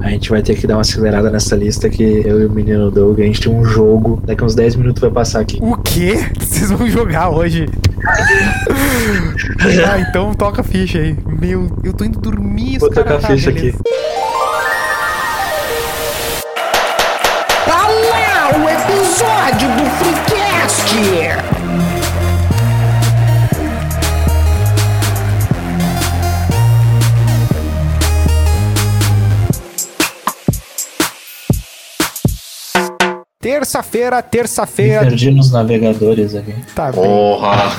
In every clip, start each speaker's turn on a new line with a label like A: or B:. A: A gente vai ter que dar uma acelerada nessa lista que eu e o menino Doug, a gente tem um jogo. Daqui uns 10 minutos vai passar aqui.
B: O quê? Vocês vão jogar hoje? ah, então toca a ficha aí. Meu, eu tô indo dormir.
A: Vou
B: os cara
A: tocar a
B: tá,
A: ficha
B: beleza.
A: aqui.
C: Tá lá o episódio do Freecast!
B: Terça-feira,
A: Me
B: terça-feira,
A: perdi nos navegadores aqui.
B: tá bem.
D: Porra!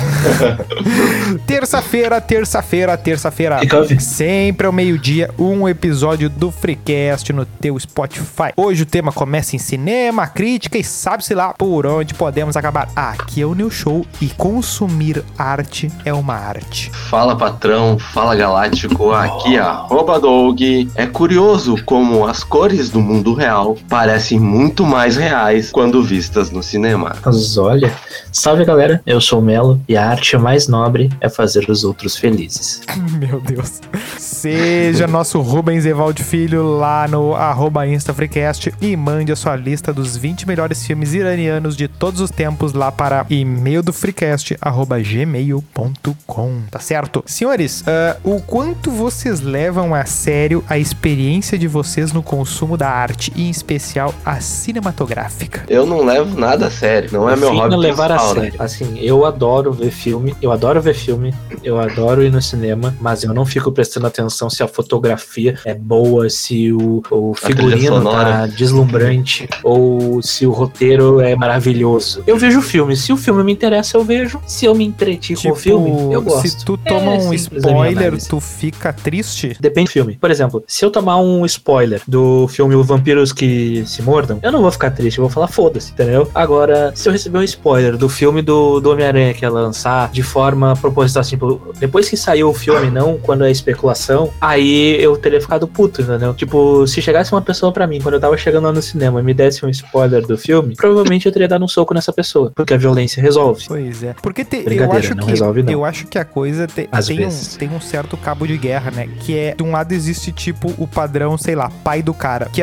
B: Terça-feira, terça-feira, terça-feira.
A: Fica ouvindo.
B: Sempre ao meio-dia, um episódio do Freecast no teu Spotify. Hoje o tema começa em cinema, crítica e sabe-se lá por onde podemos acabar. Aqui é o New Show e consumir arte é uma arte.
D: Fala patrão, fala galáctico, aqui é arroba Doug. É curioso como as cores do mundo real parecem muito mais reais quando vistas no cinema.
A: Mas olha, salve galera, eu sou o Melo e a arte mais nobre é fazer os outros felizes.
B: Meu Deus. Seja nosso Rubens Evaldo Filho lá no arroba Insta Freecast e mande a sua lista dos 20 melhores filmes iranianos de todos os tempos lá para e-mail do freecast arroba gmail.com. Tá certo? Senhores, ah, o quanto vocês levam a sério a experiência de vocês no consumo da arte e em especial a cinematográfica?
D: Eu não levo nada a sério, não é meu
A: Enfim,
D: hobby
A: não levar a
D: principal, né?
A: sério. Assim, eu adoro ver filme, eu adoro ver filme, eu adoro ir no cinema, mas eu não fico prestando atenção se a fotografia é boa, se o, o
D: trilha
A: figurino tá
D: sonora.
A: deslumbrante ou se o roteiro é maravilhoso. Eu vejo o filme, se o filme me interessa, eu vejo. Se eu me entreti com o filme, eu gosto.
B: Tipo se tu toma
A: É
B: um
A: simples a minha
B: spoiler,
A: análise.
B: tu fica triste?
A: Depende do filme. Por exemplo, se eu tomar um spoiler do filme O Vampiros que se mordam, eu não vou ficar triste, eu vou falar foda-se, entendeu? Agora, se eu receber um spoiler do filme do, do Homem-Aranha que ia lançar de forma proposital, assim, tipo, depois que saiu o filme, não quando é especulação, aí eu teria ficado puto, entendeu? Tipo, se chegasse uma pessoa pra mim quando eu tava chegando lá no cinema e me desse um spoiler do filme, provavelmente eu teria dado um soco nessa pessoa, porque a violência resolve.
B: Pois é. Porque te- eu
A: Brincadeira,
B: acho
A: não
B: que
A: resolve, não.
B: eu acho que a coisa te-
A: Às
B: tem, um,
A: vezes.
B: tem um certo cabo de guerra, né? Que é de um lado existe tipo o padrão, sei lá, pai do cara que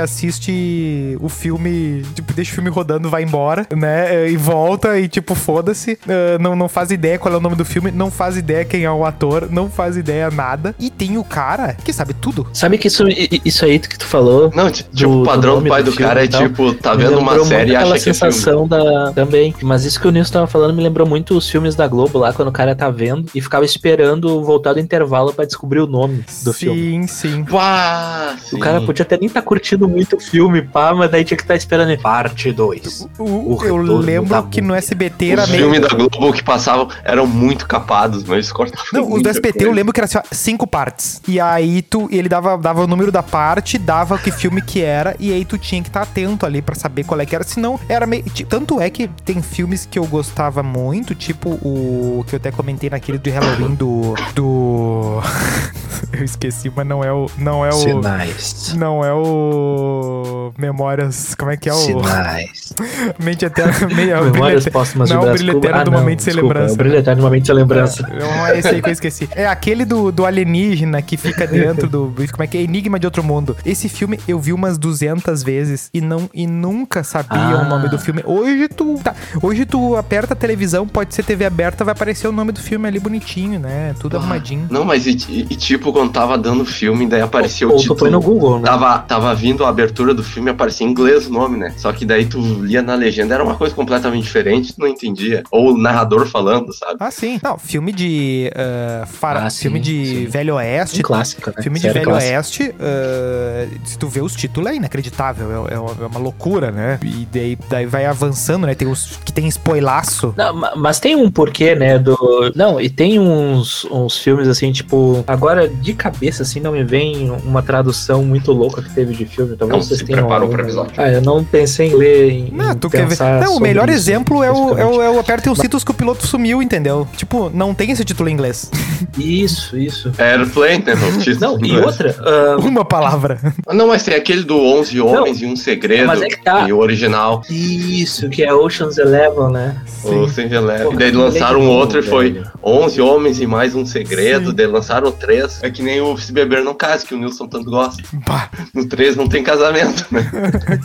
B: assiste o filme, tipo deixa o filme rodando, vai embora, né? E volta e tipo foda-se, ah, não não faz ideia qual é o nome do filme, não faz ideia quem é o ator, não faz ideia nada. E tem o cara que sabe tudo.
A: Sabe que isso, i- i- isso aí que tu falou
D: Não, ti-
A: Do-
D: tipo, o
A: do
D: padrão
A: nome
D: do pai
A: do
D: do,
A: filme
D: cara é
A: e tal.
D: tipo, tá
A: Me
D: vendo uma
A: lembrou muito
D: série e acha
A: aquela
D: que é filme.
A: sensação da também. Mas isso que o Nilson tava falando me lembrou muito os filmes da Globo lá, quando o cara tá vendo e ficava esperando voltar do intervalo pra descobrir o nome do
B: sim,
A: filme.
B: sim.
D: Pá, sim.
A: O cara podia até nem tá curtindo muito o filme, pá, mas daí tinha que estar esperando ele. parte 2.
B: O-
A: O
B: eu
A: retorno da
B: lembro que no
A: múmia.
B: SBT era
D: Os
B: meio
D: filmes da Globo que passavam eram muito capados, mas eles cortavam.
B: Não, os do
D: muita
B: SBT eu lembro que era assim, ó, cinco partes. E aí tu, ele dava, dava o número da parte, dava que filme que era, e aí tu tinha que estar atento ali pra saber qual é que era, senão era meio. ti- Tanto é que tem filmes que eu gostava muito, tipo o que eu até comentei naquele de Halloween do. do. eu esqueci, mas não é o. Não é o.
A: Sinais.
B: Não é o. Memórias. Como é que é o.
A: Sinais.
B: Mente Eterna. Meia,
A: Memórias póstumas de
B: não, é o
A: Brás
B: Brilho
A: Cuba.
B: Eterno do Momento Sem
A: desculpa,
B: Lembrança.
A: É o Brilho Eterno do Momento Sem Lembrança.
B: Não é esse aí que eu esqueci. É aquele do, do alienígena que fica dentro do. Como é que é? Enigma de Outro Mundo. Esse filme eu vi umas 200 vezes e, não, e nunca sabia o
A: Ah.
B: nome do filme. Hoje tu. tá- hoje tu aperta a televisão, pode ser TV aberta, vai aparecer o nome do filme ali bonitinho, né?
A: Ah.
B: Tudo arrumadinho.
D: Não, mas e, e- e tipo, quando tava dando filme, daí aparecia o
A: Ou tu
D: título.
A: põe no Google, né?
D: Tava, tava vindo a abertura do filme, aparecia em inglês o nome, né? Só que daí tu lia na legenda, era uma coisa completamente diferente, tu não entendia. Ou o narrador falando, sabe?
B: Ah, sim. Não, filme de. ah, fara-
A: Ah, sim,
B: filme de
A: sim.
B: Velho Oeste.
A: Um clássico, né?
B: Filme de
A: Série
B: Velho
A: clássica.
B: Oeste, ah, se tu vê os títulos, é inacreditável, é, é uma- é uma loucura, né? E daí, daí vai avançando, né? Tem os que tem spoilaço.
A: Não, ma- mas tem um porquê, né, do... Não, e tem uns, uns filmes, assim, tipo... Agora, de cabeça, assim, não me vem uma tradução muito louca que teve de filme. Talvez
D: Não,
A: vocês
D: se
A: tenham
E: preparou pra episódio.
A: Ah, eu não pensei em ler. Em,
B: Não,
A: em
B: tu quer ver?
A: pensar
B: Não, o
A: sobre
B: melhor
A: isso,
B: exemplo é o, é, o,
A: especificamente.
B: é o Aperta os Cintos que o piloto sumiu, entendeu? Tipo, não tem esse título em inglês.
A: Isso, isso.
D: É Airplane, né, interruptivo.
A: Não, e outra, ah,
B: Uma palavra.
D: Ah, Não, mas tem aquele do 11 Homens e um Segredo.
A: mas é que tá.
D: E o original.
A: isso, que é Ocean's Eleven, né?
D: O Sem Geleia.
A: Porra,
D: E daí
A: que
D: lançaram um
A: legal,
D: outro e foi
A: velho.
D: 11 Homens e mais um Segredo.
B: Sim.
D: Daí lançaram três. É que nem o Se Beber Não Case, que o Nilson tanto gosta.
B: Bah,
D: No 3 não tem casamento, né?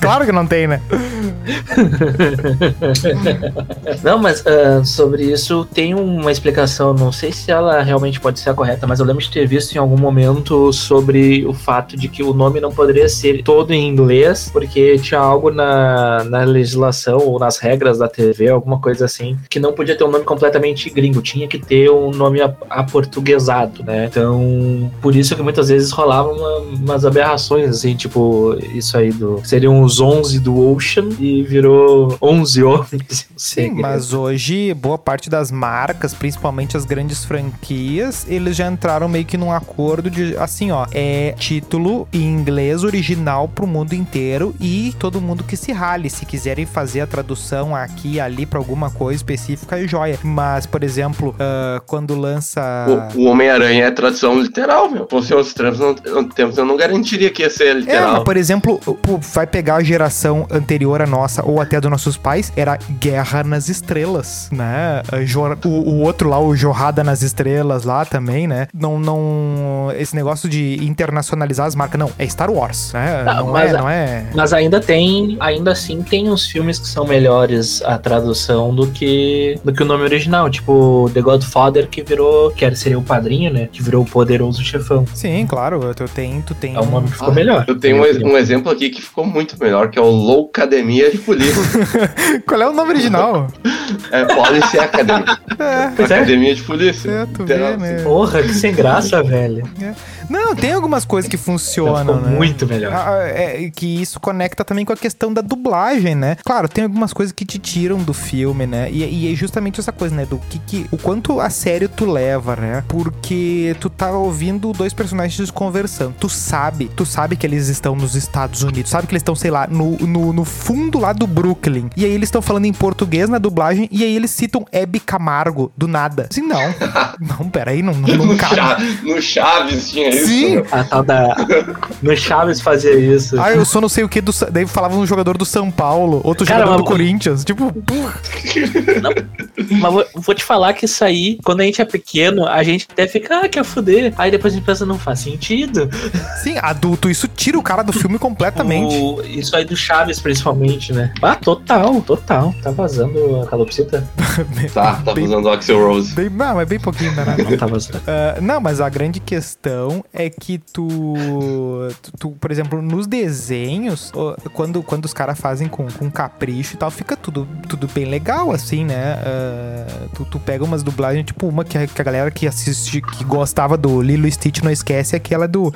B: claro que não tem, né?
A: Não, mas ah, sobre isso tem uma explicação, não sei se ela realmente pode ser a correta, mas eu lembro de ter visto em algum momento sobre o fato de que o nome não poderia ser todo em inglês, porque tinha algo na, na legislação ou nas regras da TV, alguma coisa assim, que não podia ter um nome completamente gringo, tinha que ter um nome ap- aportuguesado, né? Então, por isso que muitas vezes rolavam uma- umas aberrações, assim, tipo, isso aí do. Seriam os 11 do Ocean e virou 11 homens. não sei,
B: Sim,
A: né?
B: mas hoje boa parte das marcas, principalmente as grandes franquias, eles já entraram meio que num acordo de assim, ó, é título em inglês original pro mundo inteiro e todo mundo que se rale, se quiserem fazer a tradução aqui e ali pra alguma coisa específica, é joia. Mas, por exemplo, ah, quando lança
D: O, o Homem-Aaranha é tradução literal, meu. Se fosse outros tempos, não, outros tempos, eu não garantiria que ia ser
B: É, mas,
D: literal.
B: por exemplo, pô, vai pegar a geração anterior à nossa, ou até a dos nossos pais, era Guerra nas Estrelas, né? A jor- O, o outro lá, o Jorrada nas Estrelas lá também, né? Não, não... Esse negócio de internacionalizar as marcas, não. É Star Wars, né?
A: Tá,
B: não,
A: mas
B: é,
A: a-
B: não é...
A: Mas ainda tem, ainda assim, tem uns filmes que são melhores a tradução do que, do que o nome original. Tipo, The Godfather, que virou, que era- seria o padrinho, né? Que virou o poderoso chefão.
B: Sim, claro, tu tem... Tu tem
A: É um nome que
B: Ah.
A: ficou melhor.
D: Eu tenho um, ex- um exemplo aqui que ficou muito melhor, que é o Loucademia de Polícia.
B: Qual é o nome original?
D: É Policy Academy.
A: Pois é.
D: Academia de Polícia.
B: é, tu vê,
D: Literal,
B: né?
A: Porra, que sem graça, velho.
B: Não, tem algumas coisas que
A: Então
B: funcionam,
A: ficou
B: né?
A: muito melhor.
B: Ah, ah, é, que isso conecta também com a questão da dublagem, né? Claro, tem algumas coisas que te tiram do filme, né? E, e é justamente essa coisa, né? Do que, que- o quanto a sério tu leva, né? Porque tu tá ouvindo dois personagens conversando. Tu sabe, tu sabe que eles estão nos Estados Unidos, sabe que eles estão, sei lá, no, no, no fundo lá do Brooklyn. E aí eles estão falando em português na dublagem, e aí eles citam Hebe Camargo do nada. Assim, não. não, peraí, não, não, não
D: No,
B: cabe.
D: Cha- no Chaves tinha isso.
B: É. Sim.
D: meu.
A: A tal da. No Chaves fazia isso.
B: Ah, eu sou não sei o que do. Sa- Daí falava um jogador do São Paulo, outro
A: Cara,
B: jogador do
A: mas-
B: Corinthians. Tipo, porra.
A: Mas vou, vou te falar que isso aí, quando a gente é pequeno, a gente até fica, ah, quer fuder. Aí depois a gente pensa, não faz sentido.
B: Sim, adulto, isso tira o cara do filme completamente.
A: O- isso aí do Chaves, principalmente, né? Ah, total, total. Tá vazando a calopsita?
D: Tá, tá
B: Bem-
D: usando o Axel Rose.
B: Bem, não, mas bem pouquinho, né?
A: Não tá vazando.
B: Ah, não, mas a grande questão é que tu. Tu, tu, por exemplo, nos desenhos, ó, quando, quando os caras fazem com, com capricho e tal, fica tudo, tudo bem legal, assim, né? Ah, tu, tu pega umas dublagens, tipo, uma que a, que a galera que assiste, que gostava do Lilo e Stitch não esquece, é aquela do.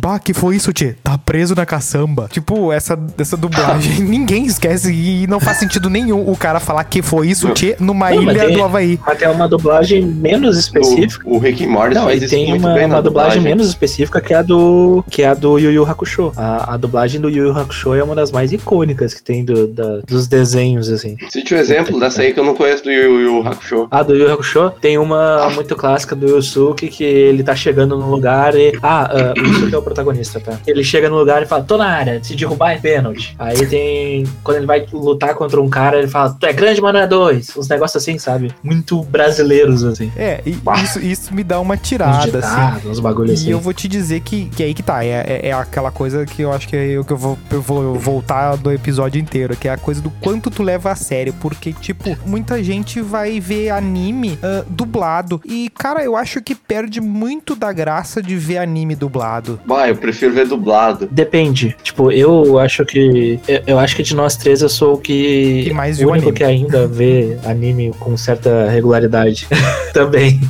B: Bah, que foi isso, Tchê? Tá preso na caçamba. Tipo, essa, essa dublagem ninguém esquece e não faz sentido nenhum o cara falar que foi isso, Tchê, numa
A: Não, mas é.
B: ilha
A: tem-
B: do Havaí.
A: Mas tem uma dublagem menos específica.
D: O, o Rick and Morty
A: Não,
D: faz
A: e
D: isso
A: tem
D: muito
A: uma,
D: bem na
A: uma dublagem menos específica que é a do que é a do Yu Yu Hakusho. A, a dublagem do Yu Yu Hakusho é uma das mais icônicas que tem do- da- dos desenhos, assim.
D: Cite o exemplo dessa aí que eu não conheço do Yu Yu Hakusho.
A: A Ah, do Yu Yu Hakusho tem uma muito clássica do Yusuke que ele tá chegando num lugar e. Ah, ah, o Yusuke é o protagonista, tá? Ele chega no lugar e fala, tô na área, se derrubar é pênalti. Aí tem. Quando ele vai lutar contra um cara, ele fala, tu é grande, mano, é dois. Uns negócios assim, sabe? Muito brasileiros, assim.
B: É, e
A: Bah.
B: isso, isso me dá uma
A: Uns
B: tirada, assim.
A: ditados, uns bagulhos
B: E
A: assim.
B: eu vou te dizer que, que aí que tá. É, é- é aquela coisa que eu acho que é o que eu vou, eu vou voltar do episódio inteiro, que é a coisa do quanto tu leva a sério. Porque, tipo, muita gente vai ver anime ah, dublado. E, cara, eu acho que perde muito da graça de ver anime dublado.
D: Bah, eu prefiro ver dublado.
A: Depende. Tipo, eu acho que. Eu, eu acho que de nós três eu sou o que.
B: Que mais
A: o
B: viu
A: único
B: anime.
A: que ainda vê anime com certa regularidade também.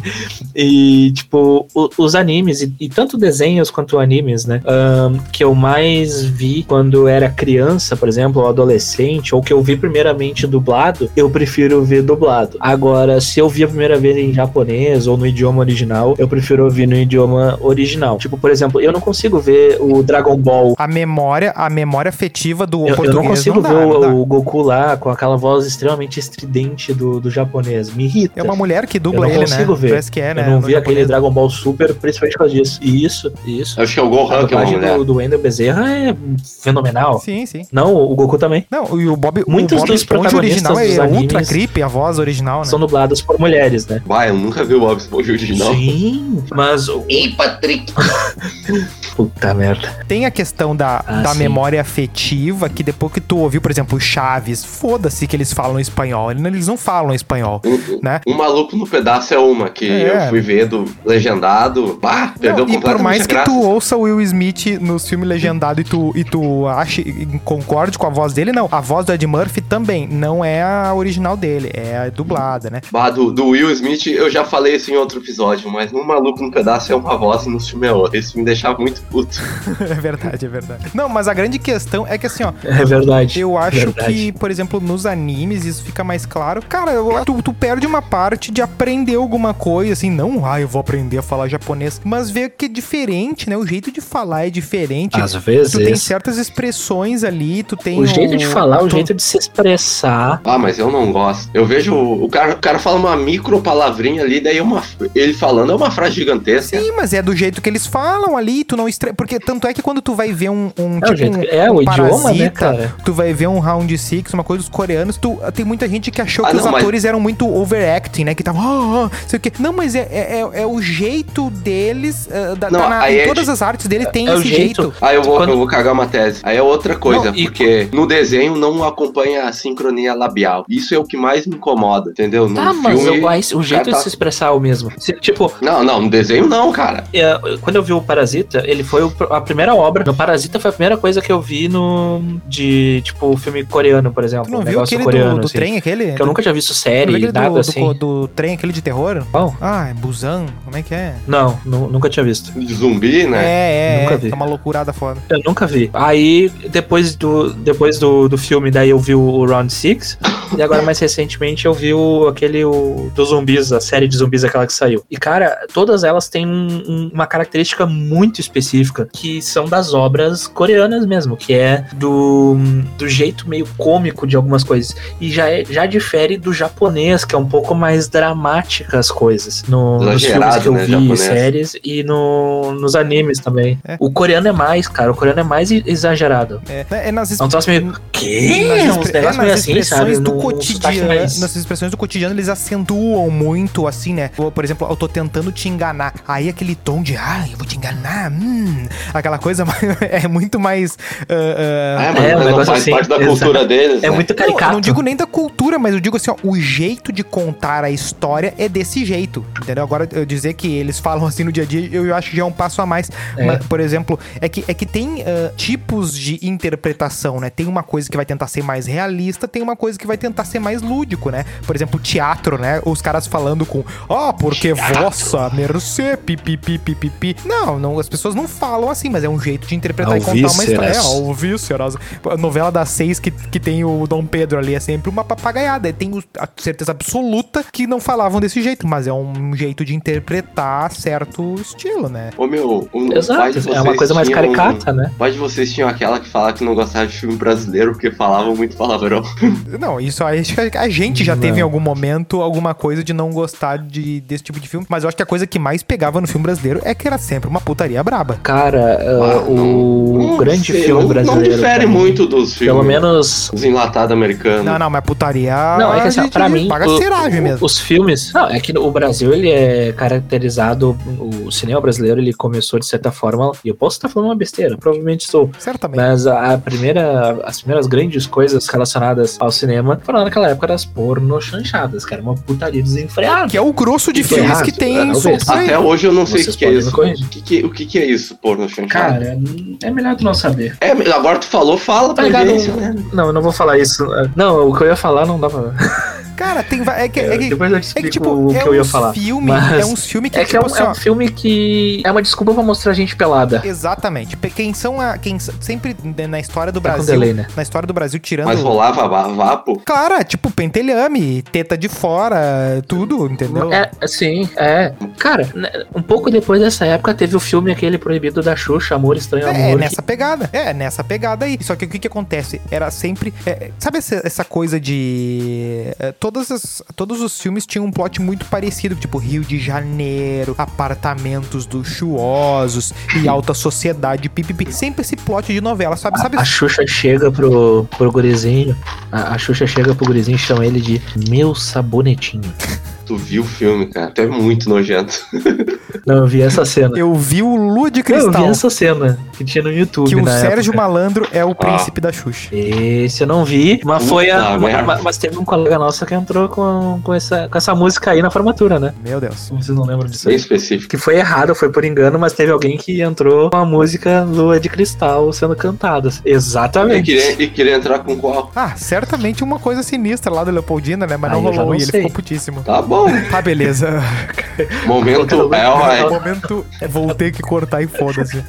A: E, tipo, o- os animes, e, e tanto desenhos quanto animes, né? ahn, que eu mais vi quando era criança, por exemplo, ou adolescente, ou que eu vi primeiramente dublado, eu prefiro ver dublado dublado. Agora, se eu vi a primeira vez em japonês ou no idioma original, eu prefiro ouvir no idioma original. Tipo, por exemplo, eu não consigo ver o Dragon Ball.
B: A memória, a memória afetiva do
A: Eu, eu
B: português
A: não consigo
B: dá,
A: ver
B: não
A: o,
B: dá.
A: o Goku lá com aquela voz extremamente estridente do, do japonês. Me irrita.
B: É uma mulher que
A: Eu
B: dubla
A: não
B: ele, né?
A: consigo ver.
B: Parece que é, né?
A: Eu não
B: no
A: vi aquele
B: japonês.
A: Dragon Ball Super, principalmente por causa disso. E isso, e isso.
D: Acho que é o
A: A
D: Gohan que é uma
A: dublagem
D: mulher.
A: do, do Wendel Bezerra é fenomenal.
B: Sim, sim.
A: Não, o Goku também.
B: Não, e o Bob,
A: Muitos
B: o Bob
A: dos
B: Esponja
A: protagonistas
B: original
A: dos
B: é
A: animes
B: ultra creepy, a voz original, né?
A: São dublados por mulheres, né?
D: Vai, eu nunca vi o Bob Esponja original.
A: Sim, mas. o-
D: Ih, Patrick!
A: Puta merda.
B: Tem a questão da,
A: Ah,
B: da
A: sim.
B: memória afetiva, que depois que tu ouviu, por exemplo, o Chaves, foda-se que eles falam espanhol. Eles não falam espanhol,
D: Um,
B: né?
D: um maluco no pedaço é uma, que
B: É.
D: eu fui ver do legendado. Bah, perdeu
B: Não, e por
D: completamente
B: mais
D: a
B: que
D: graça.
B: tu ouça o Will Smith nos filmes legendados e tu, e tu ache, e concorde com a voz dele, não. A voz do Ed Murphy também não é a original dele, é a dublada, né?
D: Bah, do, do Will Smith, eu já falei isso em outro episódio, mas um maluco no pedaço é uma voz e no filme é outra. Isso me deixava muito puto.
B: É verdade, é verdade. Não, mas a grande questão é que assim, ó,
A: É verdade.
B: Eu acho
A: Verdade.
B: que, por exemplo, nos animes isso fica mais claro. Cara, eu- tu, tu perde uma parte de aprender alguma coisa, assim, não, ah, eu vou aprender a falar japonês, mas ver que é diferente, né? O jeito de falar é diferente.
A: Às
B: Tu tem
A: vezes.
B: certas expressões ali, tu tem. um
A: O jeito de falar, o jeito de se expressar.
D: Ah, mas eu não gosto. Eu vejo o, o cara, o cara fala uma micro palavrinha ali, daí uma, ele falando é uma frase gigantesca.
B: Sim, mas é do jeito que eles falam ali, tu não estre... Porque tanto é que quando tu vai ver um. um
A: É o, jeito,
B: um-
A: que- é, o
B: um
A: idioma, né,
B: parasita,
A: cara?
B: Tu vai ver um round six, uma coisa dos coreanos, tu tem muita gente que achou
D: Ah,
B: que
D: não,
B: os
D: mas-
B: atores eram muito overacting, né? Que estavam, ah, ah, sei o quê. Não, mas é, é- é- é o jeito deles. eh, da-
D: Não,
B: tá na-
D: aí
B: em
D: é
B: todas
D: de-
B: as artes dele tem
A: é o
B: esse
A: jeito.
B: jeito.
D: Aí eu vou,
A: Quando-
D: eu vou cagar uma tese. Aí é outra coisa,
A: Não, e-
D: porque no desenho não acompanha a sincronia labial. Isso é o que mais me incomoda, entendeu? No
A: Tá, mas
D: filme-
A: eu- mas o jeito
D: cara
A: de
D: tá-
A: se expressar é o mesmo. Se- tipo,
D: Não, não, no desenho não, cara.
A: é, quando eu vi o Parasita, ele foi o pr- a primeira obra. No Parasita foi a primeira coisa que eu vi no. de, tipo, filme coreano, por exemplo.
B: Tu não
A: um
B: viu
A: negócio
B: aquele
A: coreano,
B: do, do
A: assim.
B: trem aquele?
A: Que eu nunca tinha visto
B: Tu viu
A: série,
B: aquele
A: nada
B: do, do
A: assim.
B: co- do trem aquele de terror?
A: Qual?
B: Ah, é Busan? Como é que é?
A: Não, nu- nunca tinha visto.
D: De zumbi, né?
B: É, é,
A: Nunca
B: é,
A: vi.
B: tá uma loucurada foda.
A: Eu nunca vi. Aí, depois do, depois do, do filme, daí eu vi o, o Round Six E agora, mais recentemente, eu vi o, aquele o, dos zumbis, a série de zumbis, aquela que saiu. E, cara, todas elas têm um- um- uma característica muito específica, que são das obras coreanas mesmo, que é do, do jeito meio cômico de algumas coisas. E já, é- já difere do japonês, que é um pouco mais dramática as coisas. No, nos filmes
D: Exagerado,
A: que eu
D: né,
A: vi,
D: japonês.
A: séries e no, nos animes também.
B: É.
A: O coreano é mais, cara. O coreano é mais e- exagerado.
B: É, é nas
A: É um troço meio. Que?
B: Nas
A: Uns
B: expre- é, nas
A: negócios meio assim, sabe?
B: expressões do
A: Num- num sotaque
B: cotidiano, né?
A: mais- É
B: nas expressões do cotidiano, eles acentuam muito, assim, né? Ou, Por exemplo, eu tô tentando te enganar. Aí aquele tom de, ah, eu vou te enganar, hum. Aquela coisa é muito mais... ah, ah,
D: É,
A: É, um
D: mas não
A: negócio
D: faz
A: assim,
D: parte da
A: exato.
D: cultura deles.
A: É
D: né?
A: muito
B: não, eu
A: caricato.
B: não digo nem da cultura, mas eu digo assim, ó, o jeito de contar a história é desse jeito, entendeu? Agora, eu dizer que eles falam assim no dia a dia, eu acho que já é um passo a mais.
A: É.
B: Mas, por exemplo, é que, é que tem ah, tipos de interpretação, né? Tem uma coisa que vai tentar ser mais realista, tem uma coisa que vai tentar ser mais lúdico, né? Por exemplo, teatro, né? Os caras falando com, ó, porque vossa, mercê, pipipi, pipipi. Não, não, as pessoas não falam assim, mas é um jeito de interpretar e contar uma história.
A: Alvíceras.
B: É, ao vísceras. A novela das seis que, que tem o Dom Pedro ali é sempre uma papagaiada. Tenho a certeza absoluta que não falavam desse jeito, mas é um jeito de interpretar certo estilo, né?
D: Ô meu, o pai de
A: Exato. É uma
D: vocês
A: coisa mais
D: tinha um-
A: caricata, né?
D: O pai de vocês tinha aquela que falava que não gostava de filme brasileiro porque falava muito palavrão.
B: Não, isso aí acho que a gente já
A: Não.
B: teve em algum momento alguma coisa de não gostar de, desse tipo de filme, mas eu acho que a coisa que mais pegava no filme brasileiro é que era sempre uma putaria braba.
A: Cara,
D: Ah,
A: uh, o
D: Não
A: grande
D: sei,
A: filme
D: não-
A: brasileiro.
D: Não
A: pra
D: difere
A: mim, é
D: muito dos filmes.
A: Pelo menos
D: Os enlatados americanos.
B: Não, não, mas putaria.
A: Não, é que
B: a
A: assim, ó,
B: gente
A: pra mim,
B: Paga
A: o-
B: seragem
A: o-
B: mesmo.
A: os filmes. Não, é que o Brasil ele é caracterizado. O cinema brasileiro ele começou de certa forma. E eu posso estar falando uma besteira, provavelmente estou.
B: Certamente.
A: Mas a, a primeira, as primeiras grandes coisas relacionadas ao cinema foram naquela época das porno chanchadas, cara. Uma putaria desenfreada.
B: Que é o grosso de
A: Que
B: filmes
A: errado,
B: que tem
A: é,
B: solto por aí.
D: Até hoje eu não sei o
A: Vocês
D: que, que é
A: podem me
D: isso.
A: corrigir.
D: O que que- o que, que é isso, porno chanchado?
A: Cara, é melhor tu não saber.
D: É, agora tu falou, fala
A: Tá
D: pra
A: ligado?
D: gente, né?
A: Não, eu não vou falar isso. Não, o que eu ia falar não dá pra.
B: Cara, tem. va- É que, é que,
A: Depois eu te
B: é
A: explico
B: que tipo,
A: o que
B: é
A: eu ia
B: uns
A: falar.
B: filme,
A: mas-
B: é uns filme que,
A: É que é
B: tipo
A: um,
B: assim,
A: é
B: ó,
A: um filme que é uma desculpa pra mostrar gente pelada. É
B: Exatamente. Pe- Quem são a. Quem s- sempre né, na história do
A: Tá com
B: Brasil.
A: delay, né?
B: Na história do Brasil, tirando.
D: Mas rolava va- vapo?
B: Clara, tipo, pentelhame, teta de fora, tudo, entendeu?
A: É, sim, é. Cara, né, um pouco depois dessa época teve o filme aquele proibido da Xuxa, Amor Estranho
B: É,
A: Amor. que-
B: nessa pegada. É, nessa pegada aí. Só que o que, que acontece? Era sempre. é, sabe essa, essa coisa de. é, todas as- todos os filmes tinham um plot muito parecido, tipo Rio de Janeiro, apartamentos luxuosos e alta sociedade, pipipi. Sempre esse plot de novela, sabe? sabe
A: A Xuxa chega pro, pro gurizinho. A, a Xuxa chega pro gurizinho e chama ele de meu sabonetinho.
D: Tu viu o filme, cara? Tu é muito nojento.
A: Não, eu vi essa cena.
B: eu vi o Lua de
A: Não, eu vi
B: Cristal.
A: essa cena que tinha no YouTube.
B: Que o
A: na
B: Sérgio
A: época. Ah.
B: Malandro é o príncipe da Xuxa.
A: Esse eu não vi, mas
D: Puta
A: foi a.
D: merda.
A: Mas, mas teve um colega nosso que entrou com, com, essa, com essa música aí na formatura, né?
B: Meu Deus.
A: Vocês não lembram disso
D: Bem
A: aí?
D: específico.
A: Que foi errado, foi por engano, mas teve alguém que entrou com a música Lua de Cristal sendo cantada.
D: E
A: Exatamente.
D: queria, e queria entrar com qual?
B: Ah, certamente uma coisa sinistra lá do Leopoldina, né? Mas não
A: Aí eu já
B: rolou
A: não
B: e ele
A: sei.
B: ficou putíssimo.
D: Tá bom.
B: Tá, beleza.
D: Momento é
B: No
D: Hellride.
B: momento, vou ter que cortar e foda-se.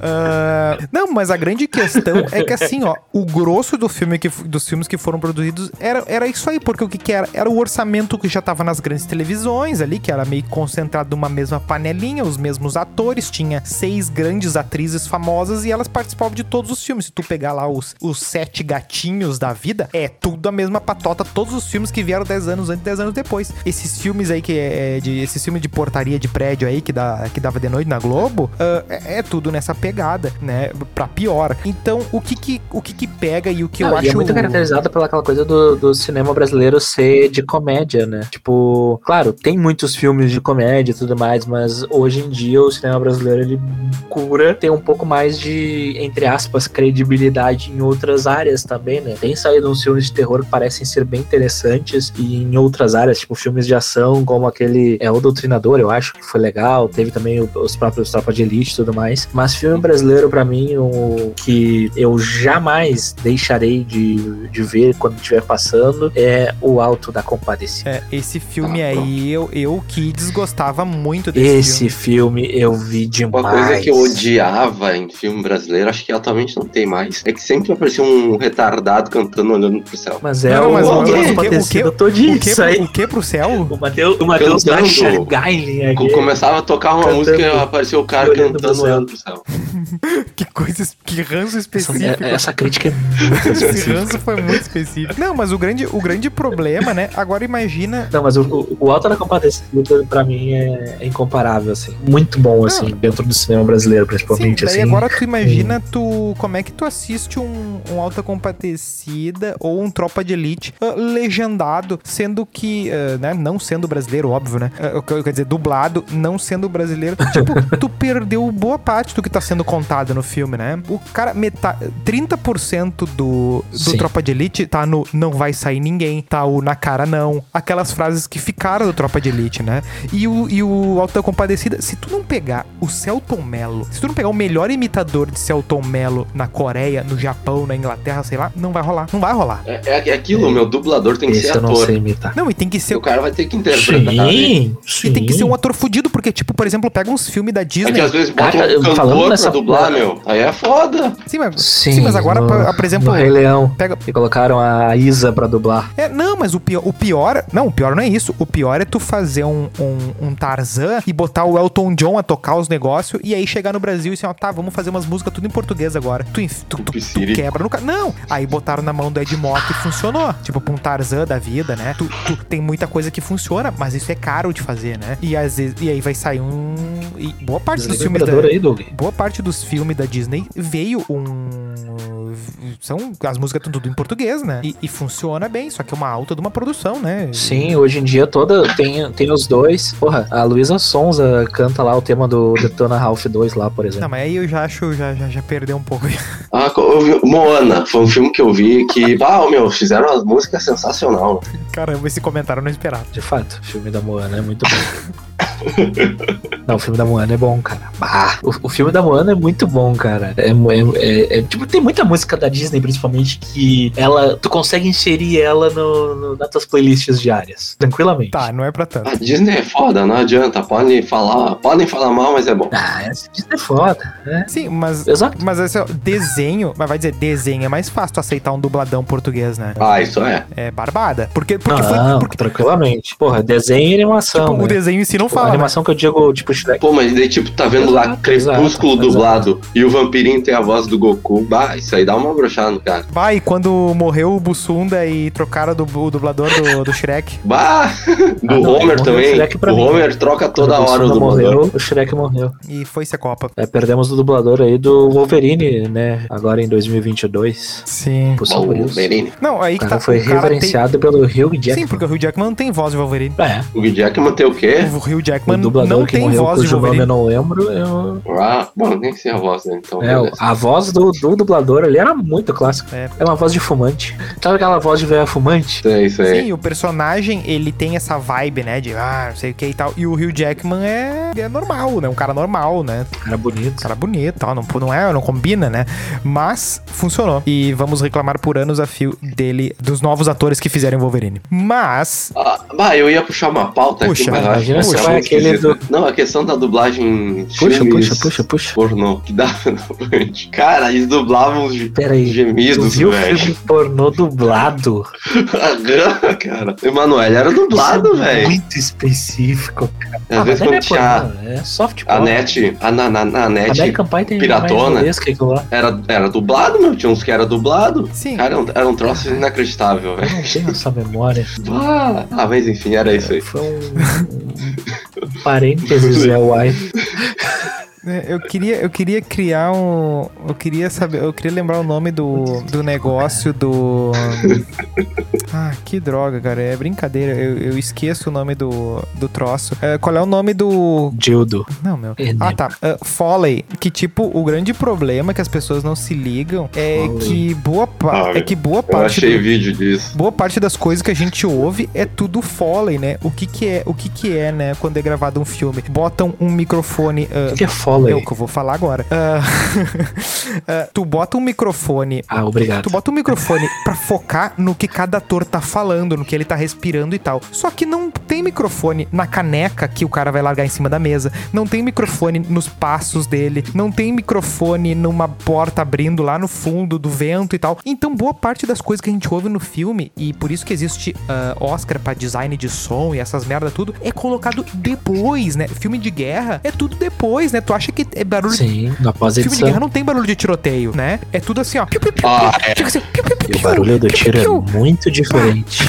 B: Ah, não, mas a grande questão é que assim, ó, o grosso do filme que, dos filmes que foram produzidos era, era isso aí, porque o que, que era? Era o orçamento que já tava nas grandes televisões ali, que era meio concentrado numa mesma panelinha, os mesmos atores, tinha seis grandes atrizes famosas e elas participavam de todos os filmes. Se tu pegar lá os, os sete gatinhos da vida, é tudo a mesma patota, todos os filmes que vieram 10 anos antes, 10 anos depois. Esses filmes aí que é de esses filmes de portaria de prédio aí que, dá, que dava de noite na Globo, ah, é, é tudo nessa pegada, né? Pra pior. Então, o que que, o que, que pega e o que
A: Não,
B: eu
A: e
B: acho.
A: é muito caracterizada pela aquela coisa do, do cinema brasileiro ser de comédia, né? Tipo, claro, tem muitos filmes de comédia e tudo mais, mas hoje em dia o cinema brasileiro ele cura, tem um pouco mais de, entre aspas, credibilidade em outras áreas também, né? Tem saído uns filmes de terror que parecem ser bem interessantes e em outras áreas, tipo filmes de ação, como aquele É o Doutrinador, eu acho que foi legal, teve também o- os próprios Tropa de Elite e tudo mais, mas filme brasileiro pra mim, o que eu jamais deixarei de, de ver quando estiver passando é O Alto da Compadecida.
B: É, esse filme aí, eu, eu que desgostava muito desse
A: Esse filme eu vi
D: Uma
A: demais.
D: coisa que eu odiava em filme brasileiro, acho que atualmente não tem mais, é que sempre aparecia um retardado cantando olhando pro céu.
A: Mas é
B: Não,
A: o
B: mas
D: o
A: Alto
D: quê? O
A: da
D: quê?
A: Compadecida
B: O
A: todinho,
B: O que,
A: isso aí.
B: pro, o que pro céu?
A: O Matheus, o Matheus tá
D: Cantando.
A: Shanghai
D: Co-
A: aqui.
D: Começava a tocar uma
A: É Cantando.
D: música e apareceu o cara
A: E olhando pro
D: cantando
A: céu.
D: olhando pro céu.
B: Que coisa, es- que ranço
A: Essa,
B: específico.
A: é- essa crítica é muito
B: Esse
A: específica.
B: ranço foi muito específico. Não, mas o grande, o grande problema, né? Agora imagina.
A: Não, mas o, o- o Alto da Compadecida, pra mim, é, é incomparável, assim. Muito bom, assim, dentro do cinema brasileiro,
B: Ah. Sim,
A: principalmente,
B: daí
A: assim.
B: agora tu imagina tu. Como é que tu assiste um, um Alta Compadecida ou um Tropa de Elite ah, legendado, sendo que. ah, né, não sendo brasileiro, óbvio, né? Ah, eu quero- quer dizer, dublado, não sendo brasileiro. Tipo, tu perdeu boa parte do que tá sendo contado no filme, né? O cara, metade. 30% do, do
A: Sim.
B: Tropa de Elite tá no Não Vai Sair Ninguém, tá o Na Cara Não, aquelas frases que ficaram do Tropa de Elite, né? E o, e o Alta Compadecida, se tu não pegar o Celton Mello, se tu não pegar o melhor imitador de Celton Mello na Coreia, no Japão, na Inglaterra, sei lá, não vai rolar, não vai rolar.
D: É, é- é aquilo, meu dublador tem que
A: Esse
D: ser
A: eu não
D: ator.
A: sei imitar.
B: Não, e tem que ser...
D: O cara vai ter que interpretar. né?
A: Sim, sim.
B: E tem que ser um ator fudido, porque, tipo, por exemplo, pega uns filmes da
D: É que
B: Disney.
D: às vezes bota
A: Cara,
D: um
A: eu- falando
D: cantor pra
A: nessa-
D: dublar, meu. Aí é foda.
B: Sim, mas,
A: Sim,
B: sim, mas agora,
A: no-
B: pra- por exemplo,
A: no Rei Leão.
B: pega-
A: E colocaram a Isa pra dublar.
B: É, não, mas o pior, o pior. Não, o pior não é isso. O pior é tu fazer um, um, um Tarzan e botar o Elton John a tocar os negócios e aí chegar no Brasil e assim, ó, tá, vamos fazer umas músicas tudo em português agora. Tu, enf- tu, tu, tu
D: Siri.
B: quebra no. ca- Não! Aí botaram na mão do Ed Mock e funcionou. Tipo, pra um Tarzan da vida, né? Tu, tu tem muita coisa que funciona, mas isso é caro de fazer, né? E às vezes. E aí vai sair um. E boa parte dos filmes da.
A: Lembrador aí, Doug.
B: Boa parte dos filmes da Disney veio um. São, as músicas estão tudo em português, né? E, e funciona bem, só que é uma alta de uma produção, né?
A: Sim, hoje em dia toda tem, tem os dois. Porra, a Luísa Sonza canta lá o tema do Detona Ralph 2 lá, por exemplo.
B: Não, mas aí eu já acho, já, já, já perdeu um pouco.
D: Ah, co- eu vi- Moana, foi um filme que eu vi que, ah, meu, fizeram as músicas sensacional.
B: Caramba, esse comentário eu não esperava.
A: De fato, o filme da Moana é muito bom. Não, o filme da Moana é bom, cara. Bah, o, o filme da Moana é muito bom, cara. É, mu- é- é- é- tipo, tem muita música da Disney, principalmente, que ela. Tu consegue inserir ela no, no- nas tuas playlists diárias. Tranquilamente.
B: Tá, não é pra tanto.
D: A Disney é foda, não adianta. Podem falar, podem falar mal, mas é bom.
A: Ah, essa Disney é foda, né?
B: Sim, mas.
A: Exato.
B: Mas esse ó, desenho, mas vai dizer desenho, é mais fácil tu aceitar um dubladão português, né?
D: Ah, isso é.
B: É barbada. Porque, porque foi.
A: Não,
B: Porque,
A: tranquilamente. Porra, desenho e animação.
B: tipo, o
A: né?
B: desenho em si não
A: a
B: fala. né?
A: animação que eu digo, tipo, Shrek.
D: Pô, mas daí, tipo, tá vendo lá
A: Exato,
D: Crepúsculo
A: exato,
D: dublado e o vampirinho tem a voz do Goku. Bah, isso aí dá uma brochada no cara.
B: Bah, e quando morreu o Bussunda e trocaram do, o dublador do, do Shrek.
D: Bah, do
A: Ah, não,
D: Homer
A: morreu o
D: também.
A: Shrek pra
D: O
A: mim.
D: Homer troca toda
A: Quando o
D: hora o
A: Bussunda
D: dublador.
A: morreu, o Shrek morreu.
B: E foi-se a Copa.
A: É, perdemos o dublador aí do Wolverine, né? Agora em 2022.
B: Sim.
A: Por
D: Bom,
A: sobre
D: o
A: isso.
D: Wolverine.
B: Não, aí
A: O
B: que
A: cara
B: tá.
A: foi
B: o cara
A: reverenciado pelo Hugh
B: Tem...
A: Jackman.
B: Sim, porque o Hugh Jackman não tem voz de Wolverine.
A: É,
D: O Hugh Jackman tem o quê?
B: O Hugh
A: o
B: Jackman
A: dublador
B: não
A: que
B: tem
A: morreu,
B: voz de
A: cujo nome eu
B: Wolverine.
A: não lembro, eu...
D: Ah, bom, nem sei a voz dele, então.
A: É,
D: beleza.
A: a voz do, do dublador ali era muito clássica.
B: É.
A: É. uma voz de fumante. Sabe aquela voz de velha fumante?
D: Isso aí, isso aí.
B: Sim, o personagem, ele tem essa vibe, né? De ah, não sei o que e tal. E o Hugh Jackman é, é normal, né? Um cara normal, né?
A: Era bonito.
B: cara bonito, tal, não, não é, não combina, né? Mas funcionou. E vamos reclamar por anos a fio dele, dos novos atores que fizeram Wolverine. Mas,
D: Ah, bah, eu ia puxar uma pauta
B: Puxa,
D: aqui, mas eu acho
A: imagina
D: que
A: se
D: ela
A: vai
D: é
A: aquele
D: esquisita. Não, a questão da dublagem em
A: Puxa,
D: filmes
A: puxa, puxa, puxa.
D: pornô que dá na frente. Cara, eles dublavam os ge-
A: Pera aí. Tu
D: gemidos,
A: viu o
D: velho.
A: filme pornô dublado?
D: Aham, Ah, cara. Emanuel era dublado,
A: Isso é
D: velho.
A: Muito específico.
D: Às vezes
A: não é
D: quando tinha
A: pornô, é soft
D: a
A: porn.
D: net, a na, na, na net
A: American Pie tem
D: piratona.
A: mais nudez que aquilo lá.
D: era, era dublado, meu. Tinha uns que era dublado.
B: sim,
D: Cara, era um, era um troço inacreditável,
A: Eu
D: velho.
A: não tenho essa memória.
D: Ah, ah, mas enfim, era isso aí.
A: Foi um, um parênteses, é o White.
B: é, eu queria, eu queria criar um. Eu queria saber, eu queria lembrar o nome do, do negócio do. Ah, que droga, cara. É brincadeira. Eu, eu esqueço o nome do, do troço. É, qual é o nome do
A: Dildo.
B: Não, meu.
A: É, né?
B: Ah, tá. Ah, Foley. Que, tipo, o grande problema que as pessoas não se ligam é
A: Foley.
B: que boa
D: Ah,
B: parte. é que boa
D: Eu
B: parte.
D: achei
B: do-
D: vídeo disso.
B: Boa parte das coisas que a gente ouve é tudo Foley, né? O que que é, o que que é, né? Quando é gravado um filme, botam um microfone. ah,
A: O que é
B: é o
A: Foley?
B: que eu vou falar agora. Ah, ah, tu bota um microfone
A: Ah, obrigado.
B: Tu bota o microfone pra focar no que cada ator tá falando, no que ele tá respirando e tal. Só que não tem microfone na caneca que o cara vai largar em cima da mesa. Não tem microfone nos passos dele. Não tem microfone numa porta abrindo lá no fundo do vento e tal. Então, boa parte das coisas que a gente ouve no filme, e por isso que existe ah, Oscar pra design de som e essas merda tudo, é colocado depois, né? Filme de guerra é tudo depois, né? Tu acha que é barulho de
A: Sim, na
B: Filme de guerra
A: pós-edição.
B: não tem barulho de tiroteio, né? É tudo assim, ó. Piu, piu, piu,
D: Ah,
B: piu. Fica assim, piu, piu, piu,
A: É. E o
B: piu,
A: barulho do
B: piu,
A: tiro é
B: piu,
A: muito diferente.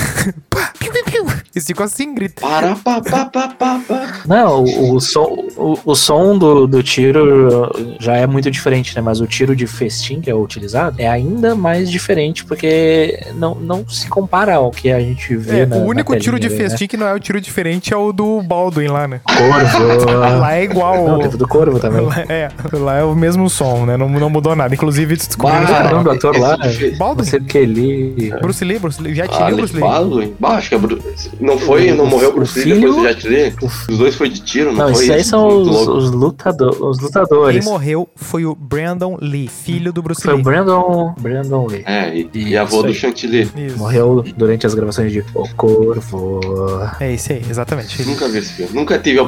B: pá, piu, piu, piu. Eles ficam assim, grita.
D: Para, pa, pa, pa, pa, pa.
A: Não, o, o som, o, o som do, do tiro já é muito diferente, né? Mas o tiro de festim que é utilizado é ainda mais diferente porque não, não se compara ao que a gente vê
B: É,
A: na
B: o único
A: na
B: tiro de
A: telinha,
B: festim que não é o tiro diferente é o do Baldwin lá, né?
A: Né? Corvo.
B: Lá é igual.
A: não, teve do Corvo também.
B: lá, é, lá é o mesmo som, né? Não, não mudou nada. Inclusive,
A: Bah,
B: descobriram. isso
A: não,
B: agora.
A: é do ator lá,
D: Esse de- Ah,
A: Não
B: Baldwin?
A: sei porque ele...
B: Bruce Lee, Bruce Lee. Jet Lee,
D: Alec
B: Bruce Lee.
D: Baldwin? Bah, acho que é Bru... Não foi, não
A: O-
D: morreu
A: o
D: Bruce Lee
A: filho-
D: depois do Jet Li?
A: o-
D: Os dois foi de tiro, não,
A: Não,
D: foi?
A: esses aí
D: Isso,
A: são
D: muito
A: os,
D: louco.
A: os lutado- os
B: Quem
A: lutadores.
B: morreu foi o Brandon Lee, filho do Bruce
A: Foi o
B: Lee.
A: Brandon, Brandon Lee.
D: É, e, e
A: Isso
D: avô do
A: aí.
D: Chantilly.
B: Isso.
A: Morreu durante as gravações de O Corvo.
B: É isso aí, exatamente.
D: Nunca vi esse filme, nunca tive a
A: Tá,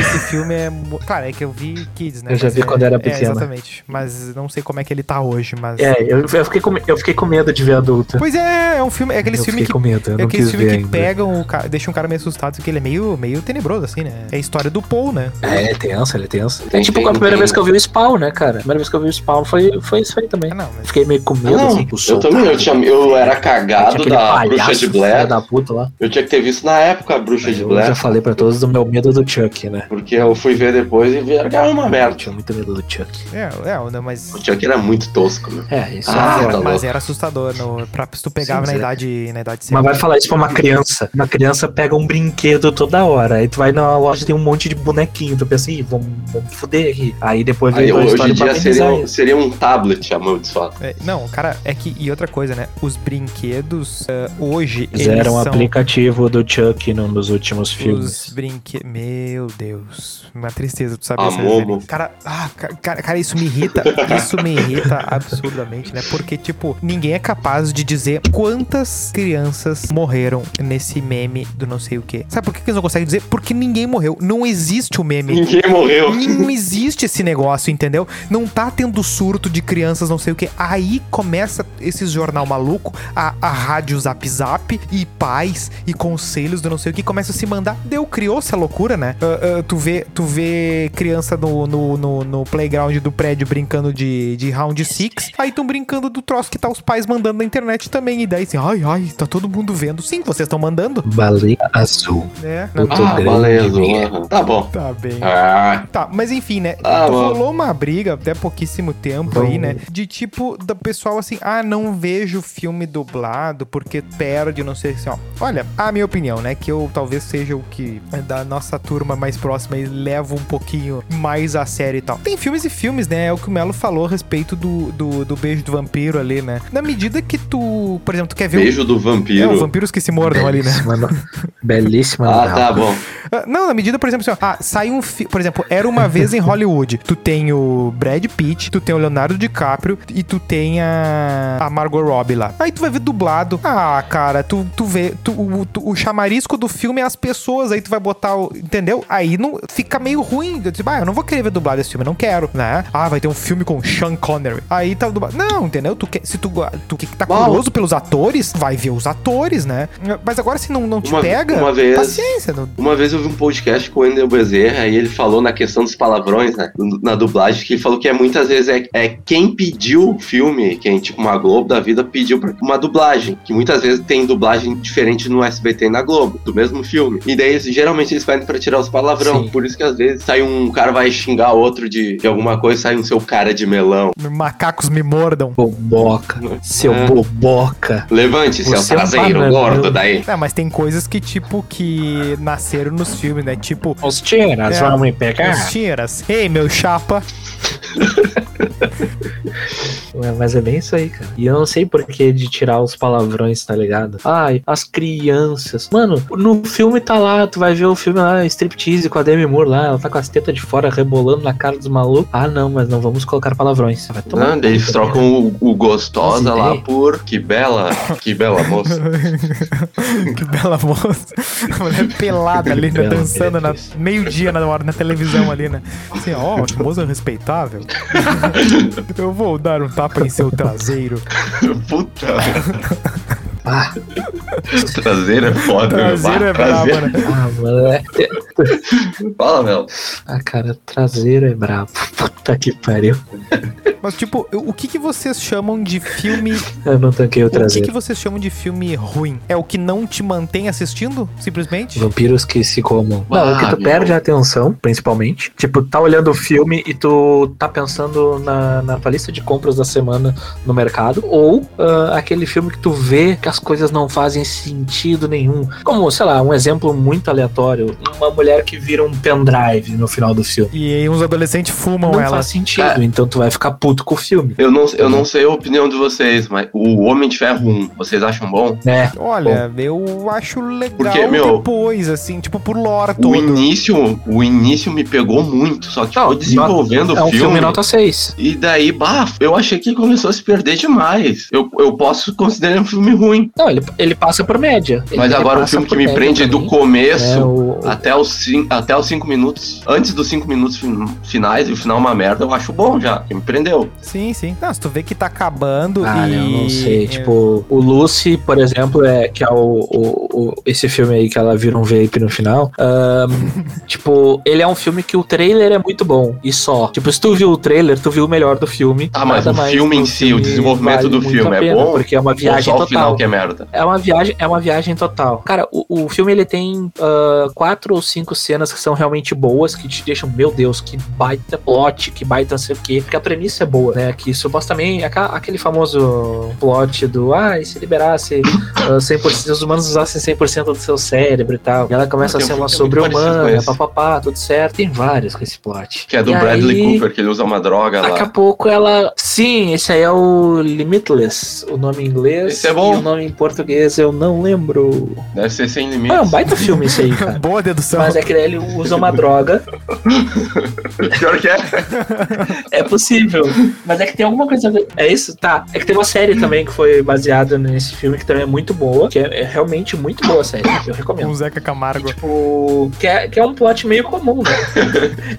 B: Cara, esse filme é. mu- Claro, é que eu vi Kids, né?
A: né? Eu já
B: Mas
A: vi
B: é-
A: quando era
B: é,
A: pequena.
B: exatamente. Mas não sei como é que ele tá hoje, mas.
A: É, eu, eu fiquei com, eu fiquei com medo de ver adulta.
B: Pois é, é um filme. É aquele
A: eu
B: filme
A: fiquei
B: que.
A: com medo, eu
B: É
A: não
B: aquele
A: quis
B: filme
A: ver
B: que
A: ainda.
B: pegam o cara, deixa um cara meio assustado, porque ele é meio, meio tenebroso, assim, né? É a história do Paul, né?
A: É, é tenso, ele é tenso.
D: Tem-
A: é tipo
D: tem-
A: a primeira
D: tem-
A: vez que eu vi o Spawn, né, cara? A primeira vez que eu vi o Spawn foi, foi isso aí também.
B: Ah, não, mas.
A: Fiquei meio com
D: Ah,
A: medo,
D: não,
A: assim, com o
D: eu
A: som,
D: também,
A: tá?
D: eu, tinha, eu era
A: Tinha
D: cagado
A: aquele
D: da Bruxa de
A: filho
D: Blair.
A: da puta lá.
D: Eu tinha que ter visto na época a Bruxa de
A: Eu
D: Blair,
A: já falei pra todos do meu medo do Chuck, né?
D: porque eu fui ver depois e vi que era uma
A: Eu
D: merda.
A: tinha muito medo do Chuck.
B: É, é, não, mas.
D: O Chuck era muito tosco, meu.
A: É, isso
D: Ah,
A: é
B: mas,
A: uma
B: era,
D: tá
A: merda.
B: mas
D: louco.
B: era assustador no, pra, se tu pegava
A: Sim,
B: na
A: mas é.
B: idade, na idade
A: Mas
B: certa.
A: vai falar isso pra uma criança. Uma criança pega um brinquedo toda hora. Aí tu vai na loja e tem um monte de pouquinho. Tu pensa, ih, vamos, vamos fuder aqui. Aí depois
D: Aí,
A: vem Toy
D: hoje em
A: Story
D: dia
A: pra
D: seria,
A: amenizar
D: um-
A: isso.
D: seria um tablet amaldiçoado.
B: É, não, cara, é que. E outra coisa, né? Os brinquedos ah, hoje. eles
A: Fizeram um
B: são
A: aplicativo do Chuck no- nos últimos
B: Os
A: filmes.
B: brinquedos. Meu Deus. Uma tristeza, tu sabe
D: Ah,
B: essa
D: Momo.
B: referência. Cara, ah, ca- cara, cara, isso me irrita. Isso me irrita absurdamente, né? Porque, tipo, ninguém é capaz de dizer quantas crianças morreram nesse meme do não sei o quê. Sabe por que que eles não conseguem dizer? Porque ninguém morreu. Não existe o meme.
D: Ninguém morreu.
B: Não existe esse negócio, entendeu? Não tá tendo surto de crianças, não sei o que. Aí começa esses jornal maluco, a, a rádio Zap Zap e pais e conselhos do não sei o que começa a se mandar. Deu, criou essa loucura, né? Ah, ah, tu, vê, tu vê criança no, no, no, no playground do prédio brincando de, de round six, aí tão brincando do troço que tá os pais mandando na internet também. E daí assim, ai, ai, tá todo mundo vendo. Sim, vocês estão mandando,
A: Baleia azul.
B: né?
A: Puta
D: Ah,
A: grande
D: baleia azul.
A: merda.
D: aham. Tá bom.
B: Tá bem.
D: Ah,
B: Tá, mas enfim, né?
D: Ah,
B: Então,
D: mano.
B: rolou uma briga até pouquíssimo tempo
A: Vamos.
B: aí, né? De tipo, do pessoal assim, ah, não vejo filme dublado porque perde, não sei assim, ó. Olha, a minha opinião, né? Que eu talvez seja o que é da nossa turma mais próxima e levo um pouquinho mais a sério e tal. Tem filmes e filmes, né? É o que o Melo falou a respeito do, do, do beijo do vampiro ali, né? Na medida que tu, por exemplo, tu quer ver.
D: beijo do
B: É, os
D: vampiro.
B: vampiros que se mordam ali, né?
A: Belíssima, no- belíssima
D: Ah,
A: novela.
D: tá bom.
B: Ah, Não, na medida, por exemplo, assim, ó, ah, sai um filme. Por exemplo, Era uma Vez em Hollywood. Tu tem o Brad Pitt, tu tem o Leonardo DiCaprio e tu tem a, a Margot Robbie lá. Aí tu vai ver dublado. Ah, cara, tu, tu vê. tu- o, tu- o chamarisco do filme é as pessoas, aí tu vai botar o. Entendeu? Aí não, fica meio ruim. Eu, tipo, ah, eu não vou querer ver dublado esse filme, eu não quero, né? Ah, vai ter um filme com Sean Connery. Aí tá dublado. Não, entendeu? Tu quer, se tu, go- tu que tá
D: Bom.
B: curioso pelos atores, vai ver os atores, né? Mas agora se não, não te
D: Uma-
B: pega,
D: uma vez-
B: paciência, não,
D: Uma vez eu vi um podcast com o Endel Bezerra e ele falou na questão dos palavrões, né? Na dublagem, que ele falou que é, muitas vezes é, é quem pediu o filme, quem, tipo, uma Globo da vida pediu pra uma dublagem. Que muitas vezes tem dublagem diferente no SBT e na Globo, do mesmo filme. E daí, eles- geralmente, eles pedem pra tirar os palavrões.
A: Sim.
D: Por isso que às vezes sai um cara vai xingar outro de, de alguma coisa, sai um seu cara de melão.
B: Macacos me mordam.
A: Boboca. Seu
D: É.
A: boboca.
D: Levante, seu
A: Você é um
D: traseiro,
A: banana,
D: gordo,
A: viu?
D: daí.
B: É, mas tem coisas que, tipo, que nasceram nos filmes, né? Tipo,
A: Os tiras
B: É.
A: vão me pegar.
B: os tiras. Ei, meu chapa.
A: Ué, Mas é bem isso aí, cara. E eu não sei por que de tirar os palavrões, tá ligado? Ai, as crianças. Mano, no filme tá lá, tu vai ver o filme lá, striptease com a Demi Moore lá, ela tá com as tetas de fora rebolando na cara dos malucos. Ah, não, mas não vamos colocar palavrões. Vai tomar
D: Não,
A: no cu
D: daí Ah, eles
A: também, né?
D: trocam o, o gostosa
A: As
D: lá
A: ideias.
D: por que bela, que bela moça.
B: que bela moça. A mulher pelada ali, né?
A: Bela
B: Dançando na-
A: beleza.
B: meio-dia na hora na televisão ali, né? Assim, ó, que moça respeitável. Eu vou dar um tapa em seu traseiro.
D: Puta.
A: Ah.
D: Traseiro é foda, meu.
B: Traseiro
D: Bah,
B: é brabo, né?
A: Ah, mano, é-
D: Fala, meu.
A: Ah, cara, traseiro é brabo. Puta que pariu.
B: Mas, tipo, o que, que vocês chamam de filme
A: Eu não tanquei o
B: O que que,
A: traseiro.
B: vocês chamam de filme ruim? É o que não te mantém assistindo, simplesmente?
A: Vampiros que se comam. Não, o que
D: Ah,
A: tu
D: meu.
A: perde é a atenção, principalmente. Tipo, tá olhando o filme e tu tá pensando na, na tua lista de compras da semana no mercado. Ou ah, aquele filme que tu vê que as coisas não fazem sentido nenhum. Como, sei lá, um exemplo muito aleatório. Uma mulher que vira um pendrive no final do filme.
B: E aí uns adolescentes fumam
A: Não
B: ela.
A: faz sentido,
D: É.
A: então tu vai ficar puto com o filme.
D: Eu não, eu não sei a opinião de vocês, mas o Homem de Ferro 1, vocês acham bom?
A: Né?
B: Olha, eu acho legal
D: Porque, meu,
B: depois, assim, tipo, por lore
D: O
B: todo.
D: início, o início me pegou muito, só que
A: Não,
D: foi desenvolvendo
A: É
D: o
A: um
D: filme.
A: filme nota 6.
D: E daí, bah, eu achei que começou a se perder demais. Eu, eu posso considerar um filme ruim.
A: Não, ele, ele passa por média. Ele-
D: Mas
A: ele
D: agora o
A: passa
D: filme que
A: por
D: me
A: média
D: prende
A: pra
D: do
A: mim
D: começo Ah,
A: é o-
D: até os, cin- até os cinco minutos, antes dos cinco minutos fin- finais, e o final é uma merda, eu acho bom já, que me prendeu.
B: Sim, sim. Não, se tu vê que tá acabando
A: Cara,
B: e...
A: Ah, eu não sei.
B: é,
A: Tipo, o Lucy, por exemplo, é que é o, o- o- esse filme aí que ela vira um vape no final. Ahn, tipo, ele é um filme que o trailer é muito bom e só. Tipo, se tu viu o trailer, tu viu o melhor do filme.
D: Ah, mas
A: Nada
D: o
A: mais
D: filme
A: do
D: em si, o desenvolvimento do
A: muito
D: filme
A: a
D: é
A: pena,
D: bom?
A: Porque é uma
D: Ou
A: viagem
D: só o final
A: total.
D: que é merda.
A: É uma viagem viagem, é uma viagem total. Cara, o, o filme ele tem ah, quatro ou cinco cenas que são realmente boas, que te deixam, meu Deus, que baita plot, que baita não sei o quê. Porque a premissa é boa, né? Que supostamente aca- aquele famoso plot do ah, e se liberasse ah, 100%, se os humanos usassem 100% do seu cérebro e tal. E ela começa a
D: Tem
A: ser
D: um
A: uma
D: filme que é muito parecido
A: sobre-humana,
D: com esse.
A: papapá, tudo certo. Tem vários com esse plot.
D: Que é do
A: E
D: Bradley
A: aí-
D: Cooper, que ele usa uma droga
A: Daqui a
D: lá.
A: pouco ela. Sim, esse aí é o Limitless, o nome em inglês.
D: Esse é bom.
A: E o nome em português eu não lembro.
D: Deve ser sem
A: Ah, é um
D: limites.
A: baita filme esse aí, cara.
B: Boa dedução.
A: Mas é que ele usa uma droga.
D: Pior que é.
A: É possível. Mas é que tem alguma coisa a ver. É isso? Tá. É que tem uma série também que foi baseada nesse filme, que também é muito boa. Que é, é realmente muito boa a série. Eu
B: Com
A: recomendo.
B: o Zeca Camargo.
A: Tipo, que é, que é um plot meio comum, né?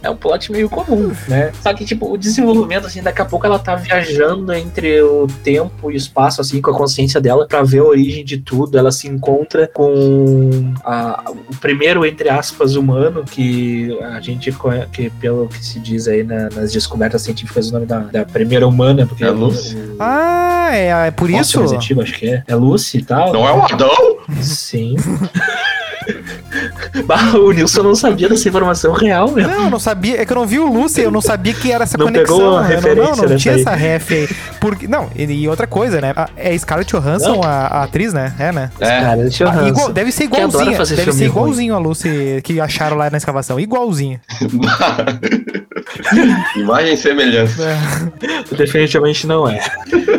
A: é um plot meio comum, né? Só que, tipo, o desenvolvimento, assim, daqui a pouco ela tá viajando entre o tempo e o espaço, assim, com a consciência dela, pra ver a origem de tudo. Ela se encontra com a- o primeiro, entre aspas, humano, que a gente, conhe- que pelo que se diz aí na- nas descobertas científicas, o nome da, da primeira humana, porque
D: É Lucy.
A: o-
B: Ah, é, é por
A: o
B: isso?
A: mais antigo, acho que é. É Lucy e tal.
D: Não é o Adão?
A: Sim. bah, o Nilson não sabia dessa informação real, meu.
B: Não, eu não sabia. É que eu não vi o Lucy, eu não sabia que era essa
A: Não
B: conexão.
A: pegou a
B: né? Eu não, não,
A: referência
B: não tinha
A: dessa
B: essa ref aí. Porque, não, e, e outra coisa, né? A- É Scarlett Johansson,
A: Não.
B: a, a atriz, né? É, né?
D: É.
A: Cara, deixa eu
B: Ah, igual-
A: ranço.
B: deve ser
A: Que adora
B: igualzinha.
A: fazer
B: Deve
A: filme
B: ser
A: ruim.
B: igualzinho a Lucy que acharam lá na escavação. Igualzinha.
D: Imagem e semelhança.
A: É. Definitivamente não é.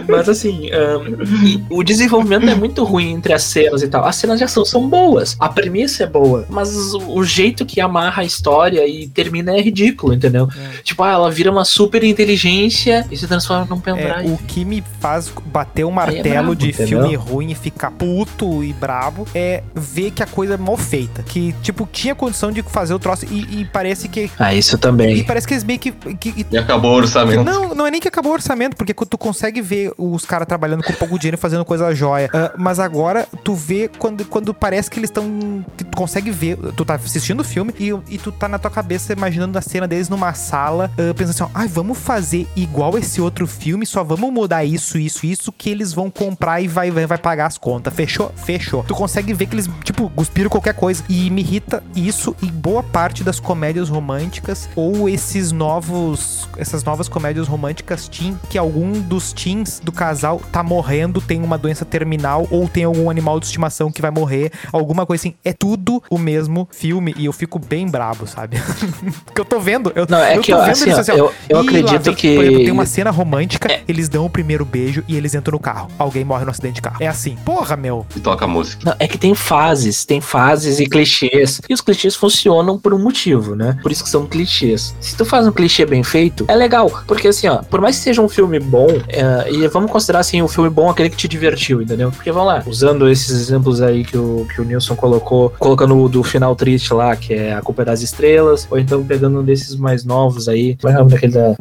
A: Mas assim, ahn, e o desenvolvimento é muito ruim entre as cenas e tal. As cenas de ação são boas, a premissa é boa, mas o o jeito que amarra a história e termina é ridículo, entendeu?
B: É.
A: Tipo, ah, ela vira uma super inteligência e se transforma num
B: É,
A: pendrive.
B: o que me faz bater o martelo
A: brabo,
B: de
A: entendeu?
B: filme ruim e ficar puto e bravo é ver que a coisa é mal feita. Que, tipo, tinha condição de fazer o troço e, e parece que.
A: Ah, isso
B: E
A: também.
B: parece que eles meio que. que- que-
D: E acabou o orçamento.
B: não, não é nem que acabou o orçamento, porque tu consegue ver os caras trabalhando com pouco dinheiro e fazendo coisa jóia. Ah, mas agora tu vê quando, quando parece que eles estão. que tu consegue ver. Tu tá assistindo o filme e, e tu tá na tua cabeça imaginando a cena deles numa sala, ah, pensando assim, ó, ai, vamos fazer igual esse outro filme, só vamos mudar isso, isso, isso, que eles vão comprar e vai, vai, vai pagar as contas. Fechou? Fechou. Tu consegue ver que eles, tipo, cuspiram qualquer coisa. E me irrita isso em boa parte das comédias românticas ou esses novos. essas novas comédias românticas teen, que algum dos teens do casal tá morrendo, tem uma doença terminal ou tem algum animal de estimação que vai morrer, alguma coisa assim. É tudo o mesmo filme e eu fico bem brabo, sabe? Porque eu tô vendo. Eu,
A: Não, é
B: eu
A: que
B: tô
A: ó,
B: vendo
A: assim,
B: eles
A: ó,
B: assim, ó,
A: eu, eu
B: Ih, lá
A: acredito
B: vem-
A: que. É.
B: Por exemplo, tem uma cena romântica, eles dão o primeiro beijo e eles entram no carro. Alguém morre no acidente de carro. É assim. Porra, meu.
D: E toca a música.
A: Não, é que tem fases, tem fases e clichês. E os clichês funcionam por um motivo, né? Por isso que são clichês. Se tu faz um clichê bem feito, é legal. Porque assim, ó, por mais que seja um filme bom, é, e vamos considerar assim, o filme bom aquele que te divertiu, entendeu? Porque vamos lá, usando esses exemplos aí que o, que o Nilson colocou, colocando o do final triste lá, que é A Culpa é das Estrelas, ou então pegando um desses mais novos aí. Como é o nome daquele da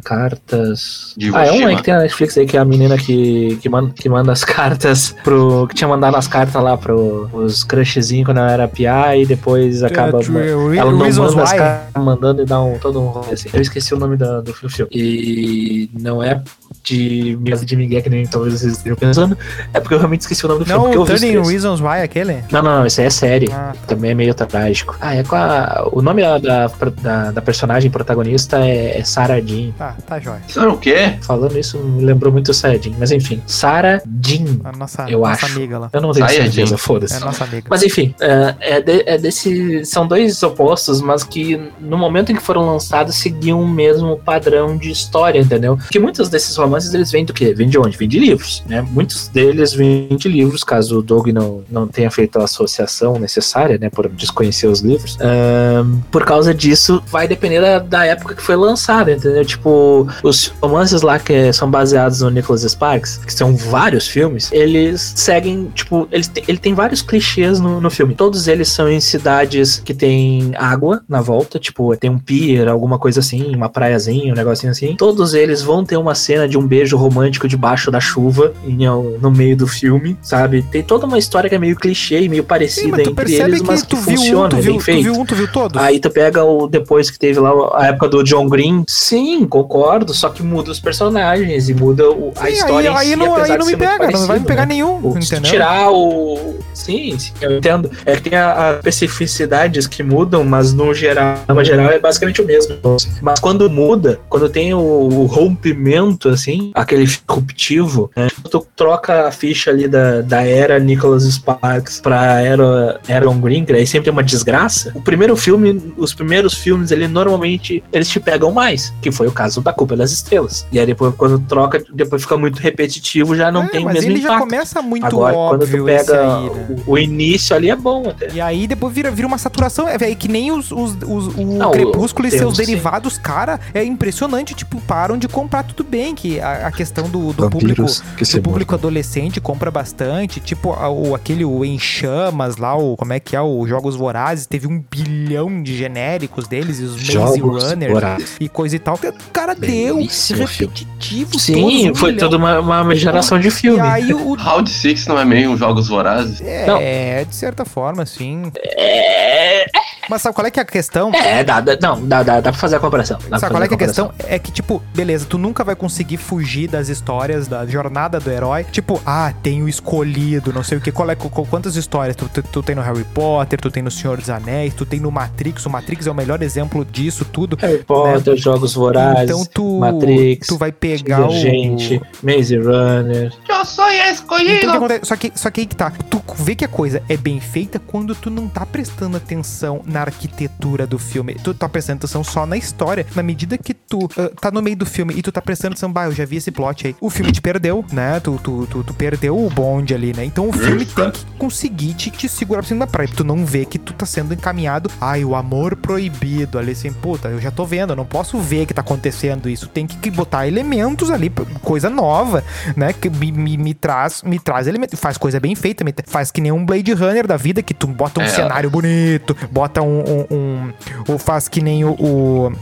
A: Cartas?
D: De
A: ah, é um aí
D: Hiroshima.
A: que tem na Netflix aí, que é a menina que, que, manda, que manda as cartas pro. que tinha mandado as cartas lá pro, pros crushzinhos quando ela era piá e depois É, acaba. Ela não
B: É, Reasons
A: manda as
B: Why.
A: caras mandando e dá um, todo um rolê assim. Eu esqueci o nome da, do filme. E não é de mesa de Miguel, que nem talvez vocês estejam pensando. É porque eu realmente esqueci o nome do filme.
B: Não,
A: porque eu
B: o
A: vi os
B: Turning
A: três.
B: Reasons Why, é aquele?
A: Não, não, não, isso aí é série.
B: Ah,
A: Também é meio trágico. Ah, é com a. O nome da, da, da- da personagem protagonista é, é Sarah Jean.
B: tá, tá jóia.
D: Sabe o quê?
A: Falando isso, me lembrou muito o Saiyajin. Mas enfim, Sarah Jean.
B: A nossa,
A: Eu
B: nossa
A: acho.
B: amiga lá.
A: Eu não tenho
D: Saiyajin.
A: certeza,
B: É a
A: foda-se.
B: nossa amiga.
A: Mas enfim, é, é de- é desse. São dois opostos, mas que no momento em que foram lançados seguiam o mesmo padrão de história, entendeu? Porque muitos desses romances eles vêm do quê? Vêm de onde? Vêm de livros, né? Muitos deles vêm de livros, caso o Doug não, não tenha feito a associação necessária, né? Por desconhecer os livros. Ahn, por causa disso, vai depender da, da época que foi lançado, entendeu? Tipo, os romances lá que são baseados no Nicholas Sparks, que são vários filmes, eles seguem, tipo, eles te- ele tem vários clichês no, no filme. Todos eles são em cidades que tem água na volta, tipo, tem um pier, alguma coisa assim, uma praiazinha, um negocinho assim. Todos eles vão ter uma cena de um beijo romântico debaixo debaixo da chuva, em- no meio do filme, sabe? Tem toda uma história que é meio clichê e meio
B: Sim,
A: parecida
B: mas tu
A: entre
B: percebe
A: eles, mas
B: que
A: que,
B: tu viu um,
A: funciona,
B: tu
A: é
B: viu,
A: bem
B: tu
A: feito.
B: viu um, tu viu todos.
A: Aí tu pega o depois que teve lá a época do John Green. Sim, concordo, só que muda os personagens e muda o- a
B: Sim,
A: história
B: aí,
A: em
B: aí
A: si,
B: não,
A: apesar
B: aí
A: de
B: não
A: ser
B: me
A: muito
B: pega, não vai me
A: parecido,
B: pegar
A: né?
B: nenhum,
A: O- se tu
B: entendeu?
A: tirar o. Sim, sim, eu entendo. É que tem a- as especificidades que mudam, mas no geral, no geral é basicamente o mesmo. Mas quando muda, quando tem o, o rompimento, assim, aquele ruptivo, né, tu troca a ficha ali da, da era Nicholas Sparks pra era Aaron Grinker, aí sempre é uma desgraça. O primeiro filme, os primeiros filmes, ele normalmente eles te pegam mais, que foi o caso da Culpa das Estrelas. E aí depois, quando troca, depois fica muito repetitivo, já não
B: É,
A: tem o
B: mas
A: mesmo
B: ele
A: impacto.
B: já começa muito
A: Agora, quando
B: óbvio
A: tu
B: esse
A: pega
B: aí, né?
A: o, o início ali, é bom até.
B: E aí depois vira, vira uma saturação, é véi, que nem os, os, os- o
A: Não,
B: Crepúsculo e
A: tem
B: seus
A: um sim.
B: derivados, cara, é impressionante, tipo, param de comprar tudo bem, que a, a questão do, do público
E: que
B: o público adolescente compra bastante, tipo a- o, aquele o Em Chamas lá, o, como é que é, o Jogos Vorazes, teve um bilhão de genéricos deles, e os Maze Runners e coisa e tal, que, cara, deu,
E: Belíssimo filme.
B: repetitivo,
A: Sim,
B: todos um
A: foi
B: milhão.
A: toda uma, uma geração de
B: E
A: filme.
B: aí o...
D: Round 6 não é meio um Jogos Vorazes?
A: Não.
B: É, de certa forma, sim.
A: É,
B: Mas sabe qual é que é a questão?
A: é dá, dá- não, dá, dá, dá pra fazer a comparação. Dá pra
B: Sabe qual
A: fazer
B: é que é a
A: comparação.
B: questão? É que, tipo, beleza, tu nunca vai conseguir fugir das histórias, da jornada do herói. Tipo, ah, tem o escolhido, não sei o que. Qual é, qu- qu- quantas histórias? Tu, tu, tu tem no Harry Potter, tu tem no Senhor dos Anéis, tu tem no Matrix. O Matrix é o melhor exemplo disso tudo.
A: Harry Potter, Jogos Vorazes,
B: Né? então tu,
A: Matrix,
B: tu vai pegar o...
A: Divergente, Maze Runner.
D: Eu sou
B: Então, o que
D: escolhido!
B: acontece? Só que, só que aí que tá. Tu vê que a coisa é bem feita quando tu não tá prestando atenção na arquitetura do filme. Tu tá prestando atenção só na história. Na medida que tu ah, tá no meio do filme e tu tá prestando atenção, bah, eu já vi esse plot aí. O filme te perdeu, né? Tu, tu, tu, tu perdeu o bonde ali, né? Então o filme tem que conseguir te, te segurar pra cima da praia. Tu não vê que tu tá sendo encaminhado. Ai, o amor proibido ali, assim, puta, eu já tô vendo, eu não posso ver que tá acontecendo isso. Tem que- que botar elementos ali, p- coisa nova né? Que me, me, me traz, me traz elemento, faz coisa bem feita, me tra- faz que nem um Blade Runner da vida, que tu bota um
D: É.
B: cenário bonito, bota um, um, um- ou faz que nem o, o,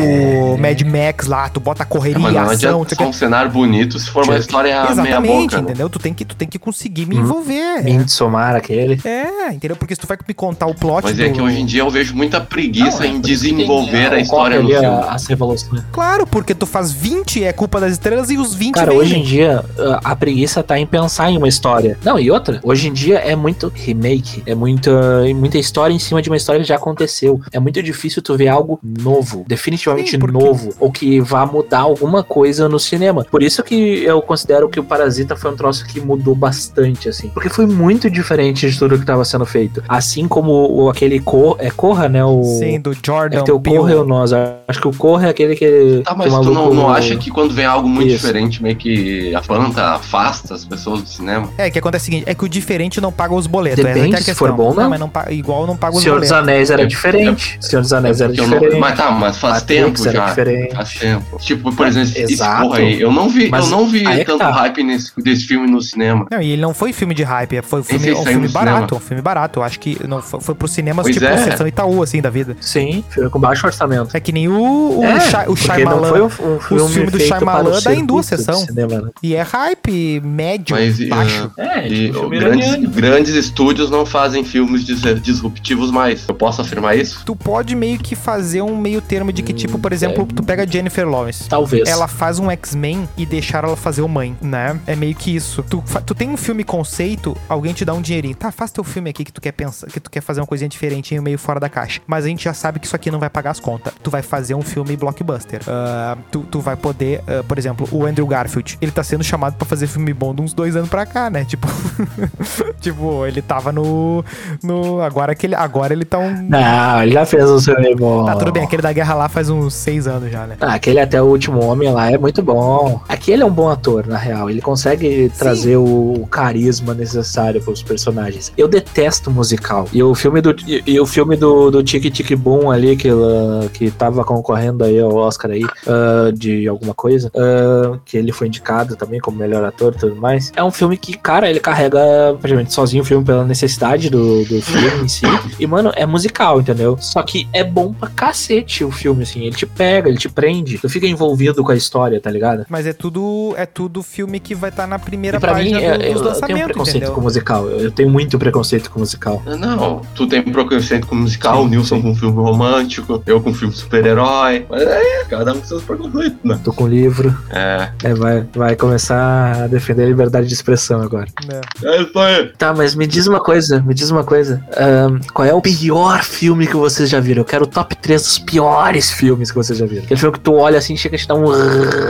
B: o Mad Max lá, tu bota correria,
D: É. Mas não
B: ação,
D: adianta
B: não sei o
D: ser um
B: que.
D: cenário bonito se for uma história meia
B: Exatamente,
D: boca. né? Uhum.
B: entendeu? Tu tem que, tu tem que conseguir me
A: Hum.
B: envolver.
A: Midsommar, aquele.
B: É, entendeu? Porque se tu vai me contar o plot
D: Mas
B: do...
D: é que hoje em dia eu vejo muita preguiça
A: Não, é
D: em
A: por isso que tem,
D: desenvolver
A: é,
D: a história no
A: ali
D: filme.
A: a- As revoluções.
B: Claro, porque tu faz 20 é culpa das estrelas e os 20
A: Cara,
B: vem-
A: hoje em dia a- a preguiça tá em pensar em uma história. Não, e outra, hoje em dia é muito remake, é muita, é muita história em cima de uma história que já aconteceu. É muito difícil tu ver algo novo, definitivamente
B: Sim, porque-
A: novo, ou que vá mudar alguma coisa no cinema. Por isso que eu considero que o Parasita foi um troço que mudou bastante, assim. Porque foi muito diferente de tudo que tava sendo feito. Assim como o- aquele Cor, é Corra, né? O,
B: Sim, do
A: é
B: Jordan
A: que tem o
B: Peele.
A: Corra e o Nós. Acho que o Corra é aquele que.
D: Tá,
A: que
D: mas
A: o
D: tu não,
A: maluco-
D: não acha que quando vem algo muito
A: Isso.
D: diferente, meio que afanta, afasta as pessoas do cinema?
B: É, que acontece o seguinte, é que o diferente não paga os boletos.
A: Depende,
B: essa que é a
A: se
B: questão.
A: for bom, não.
B: mas não paga, igual não paga os
A: Senhor dos
B: boletos.
A: Anéis era
D: É,
A: diferente. Senhor dos Anéis era
D: Porque eu não-
A: diferente.
D: mas tá, mas faz
A: Matrix
D: tempo
A: era
D: já.
A: diferente. Tá,
D: Faz tempo. Tipo, por exemplo, esse- esse
A: Exato.
D: porra aí. Eu não vi, eu
A: Mas
D: não vi
A: aí é que
D: tanto
A: tá.
D: hype nesse, desse filme no cinema.
B: Não, e ele não foi filme de hype, foi um filme,
D: aí
B: um
D: saiu
B: filme
D: no
B: barato,
D: cinema.
B: um filme barato. Eu acho que não, foi, foi pro cinema,
D: Pois
B: tipo,
D: é.
B: sessão Itaú, assim, da vida.
A: Sim, filme com baixo orçamento.
B: É que nem o, o, Shy- o
A: porque
B: Shyamalan.
A: não foi um, um filme
B: filme do
A: feito
B: Shyamalan é
A: para o
B: dá em duas
A: circuito de
B: sessões.
A: cinema, né?
B: E é hype médio,
D: Mas, e, ah.
B: baixo.
A: É,
D: E
A: tipo,
D: ó,
A: filme
D: grandes,
A: iraniano.
D: grandes estúdios não fazem filmes dis- disruptivos mais. Eu posso afirmar isso?
B: Tu pode meio que fazer um meio termo de que, tipo,
A: Hum,
B: por exemplo,
A: é.
B: tu pega a Jennifer Lawrence.
A: Talvez.
B: Ela faz um X-Men e deixaram ela fazer o mãe, né? É meio que isso. Tu, fa- tu tem um filme conceito, alguém te dá um dinheirinho. Tá, faz teu filme aqui que tu quer pensar, que tu quer fazer uma coisinha diferentinha, meio fora da caixa. Mas a gente já sabe que isso aqui não vai pagar as contas. Tu vai fazer um filme blockbuster. Ah, tu, tu vai poder, ah, por exemplo, o Andrew Garfield, ele tá sendo chamado pra fazer filme bom de uns dois anos pra cá, né? Tipo, tipo, ele tava no, no agora que ele, agora ele tá um
A: Não, ele já fez um filme bom.
B: Tá, tudo bem, aquele da guerra lá faz uns seis anos já, né?
A: Ah, aquele até o último homem lá é muito bom. Aquele é um bom ator, na real. Ele consegue trazer o, o carisma necessário pros personagens. Eu detesto musical. E o filme do e, e o filme do, do Tic Tic Boom ali que ela- que tava concorrendo uh, aí ao Oscar aí ah, de alguma coisa, ah, que ele foi indicado também como melhor ator. tudo mais. É um filme que, cara, ele carrega praticamente sozinho o filme pela necessidade do, do filme em si. E, mano, é musical, entendeu? Só que é bom pra cacete o filme, assim. Ele te pega, ele te prende. Tu fica envolvido com a história, tá ligado?
B: Mas é tudo, é tudo filme que vai estar na primeira
A: E pra mim,
B: página
A: é-
B: do-
A: eu,
B: dos
A: eu tenho um
B: lançamentos,
A: preconceito
B: entendeu?
A: com musical. Eu, eu tenho muito preconceito com musical.
D: Não, tu tem um preconceito com musical, o Nilson com um filme romântico, eu com um filme super-herói. Mas é, cada um com seus preconceitos, né?
A: Tô com o livro.
D: É.
A: É, vai, vai começar a defender a liberdade de expressão agora.
B: É.
D: É isso aí.
A: Tá, mas me diz uma coisa, me diz uma coisa. Ahn, qual é o pior filme que vocês já viram? Eu quero o top 3 dos piores filmes que vocês já viram. Aquele filme que tu olha assim e chega a te dar um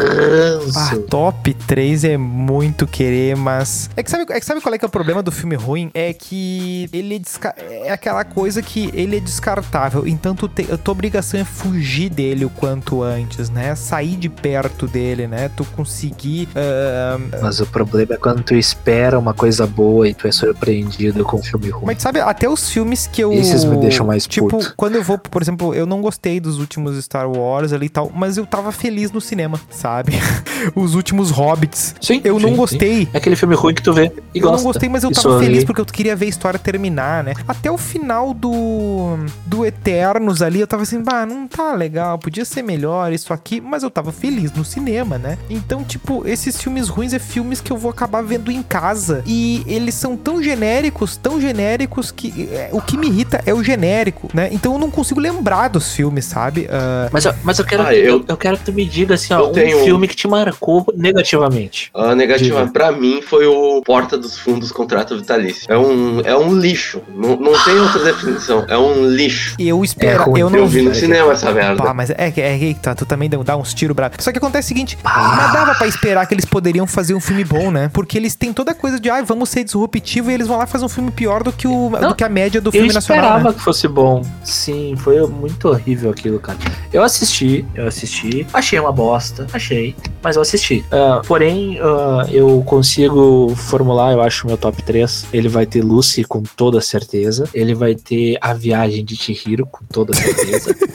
B: Ah,
A: ranço.
B: top 3 é muito querer, mas. É que, sabe, é que sabe qual é que é o problema do filme ruim? É que ele é, desca- é aquela coisa que ele é descartável. Então tu te... a tua obrigação é fugir dele o quanto antes, né? Sair de perto dele, né? Tu conseguir. ah,
A: Mas o problema é quando tu espera uma coisa boa e tu é surpreendido com um filme ruim.
B: Mas sabe, até os filmes que eu.
A: Esses me deixam mais
B: Tipo,
A: puto.
B: quando eu vou, por exemplo, eu não gostei dos últimos Star Wars ali e tal, mas eu tava feliz no cinema, sabe? os últimos Hobbits.
A: Sim,
B: Eu
A: sim,
B: não
A: sim.
B: gostei.
A: É aquele filme ruim que tu vê e
B: eu
A: gosta.
B: não gostei, mas eu
A: E
B: tava
A: sorri.
B: feliz porque eu queria ver a história terminar, né? Até o final do, do Eternos ali, eu tava assim, bah, não tá legal, podia ser melhor isso aqui, mas eu tava feliz no cinema, né? Então, tipo, esses filmes ruins é filmes que eu vou acabar vendo em casa. E eles são tão genéricos, tão genéricos que é, o que me irrita é o genérico, né? Então eu não consigo lembrar dos filmes, sabe? Ah,
A: Mas, eu- mas eu, quero,
D: Ah,
A: eu...
D: eu-
A: eu quero que tu me diga assim,
D: Eu
A: ó, um
D: tenho um.
A: filme que te marcou negativamente.
D: A negativa
A: Diga.
D: pra mim foi o Porta dos Fundos Contrato Vitalício. É um, é um lixo. Não, não tem outra
A: Ah.
D: definição. É um lixo.
B: eu espero,
A: ruim,
B: eu não
D: Eu vi no cinema essa merda.
B: Pá, mas é que é, eita, tu também deu- dá uns tiros bravos. Só que acontece o seguinte, mas dava pra esperar que eles poderiam fazer um filme bom, né? Porque eles têm toda a coisa de, ai, vamos ser disruptivo e eles vão lá fazer um filme pior do que, o,
A: Não,
B: do que a média do
A: Eu
B: filme nacional.
A: esperava
B: Né?
A: que fosse bom. Sim, foi muito horrível aquilo, cara. Eu assisti, eu assisti. Achei uma bosta, achei, mas eu assisti. Ah, porém, ah, eu consigo formular, eu acho, o meu top 3. Ele vai ter Lucy com toda certeza. Ele vai ter A Viagem de Chihiro com toda certeza. tá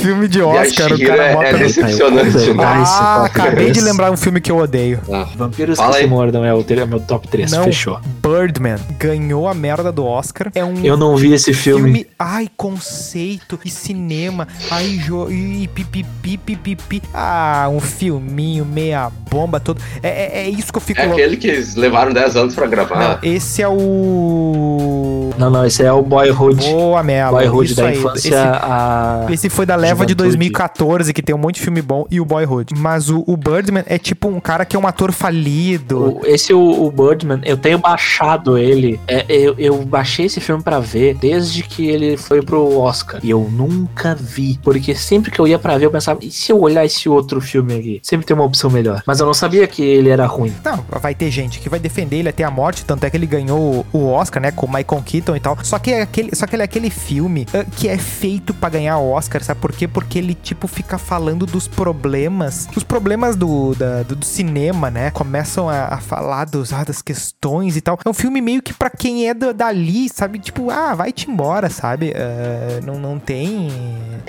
B: Filme de
D: Oscar, o cara Viagem é- bota- é desse- Decepcionante, né?
A: Ah, esse
B: Ah,
A: top
B: acabei de
A: três.
B: lembrar um filme que eu odeio.
A: Vampiros
D: Fala
A: que
D: aí.
A: se mordam é o, ter- é o meu top 3,
B: Não,
A: fechou.
B: Birdman ganhou a merda do Oscar. É um
A: Eu não vi esse filme.
B: filme, ai, conceito e cinema, ai, jo, e pipipi, pipipi. Ah, um filminho, meia bomba, todo. É, é- é isso que eu fico
D: É
B: louco.
D: aquele que eles levaram 10 anos pra
B: Não,
D: gravar.
B: esse é o.
A: Não, não, esse é o Boyhood.
B: Boa, Melo.
A: Boyhood
B: isso
A: da
B: aí.
A: infância
B: Esse-
A: a.
B: Esse, foi da leva de
A: Juventude.
B: 2014, que tem um monte de filme bom, e o Boyhood. Mas o, o Birdman é tipo um cara que é um ator falido.
A: O- Esse o, o Birdman, eu tenho baixado ele. É, eu, eu baixei esse filme pra ver desde que ele foi pro Oscar. E eu nunca vi. Porque sempre que eu ia pra ver, eu pensava, e se eu olhar esse outro filme aqui? Sempre tem uma opção melhor. Mas eu não sabia que ele era ruim.
B: Não, vai ter gente que vai defender ele até a morte, tanto é que ele ganhou o o Oscar, né, com o Michael Keaton e tal. Só que é aquele, só que ele é aquele filme ah, que é feito pra ganhar Oscar, sabe por quê? Porque ele tipo fica falando dos problemas, os problemas do, da- do, do cinema, né? Começam a, a falar dos, ah, das questões e tal. É um filme meio que pra quem é da- dali, sabe? Tipo, ah, vai-te embora, sabe? Ah, não, não tem,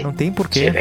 B: não tem porquê.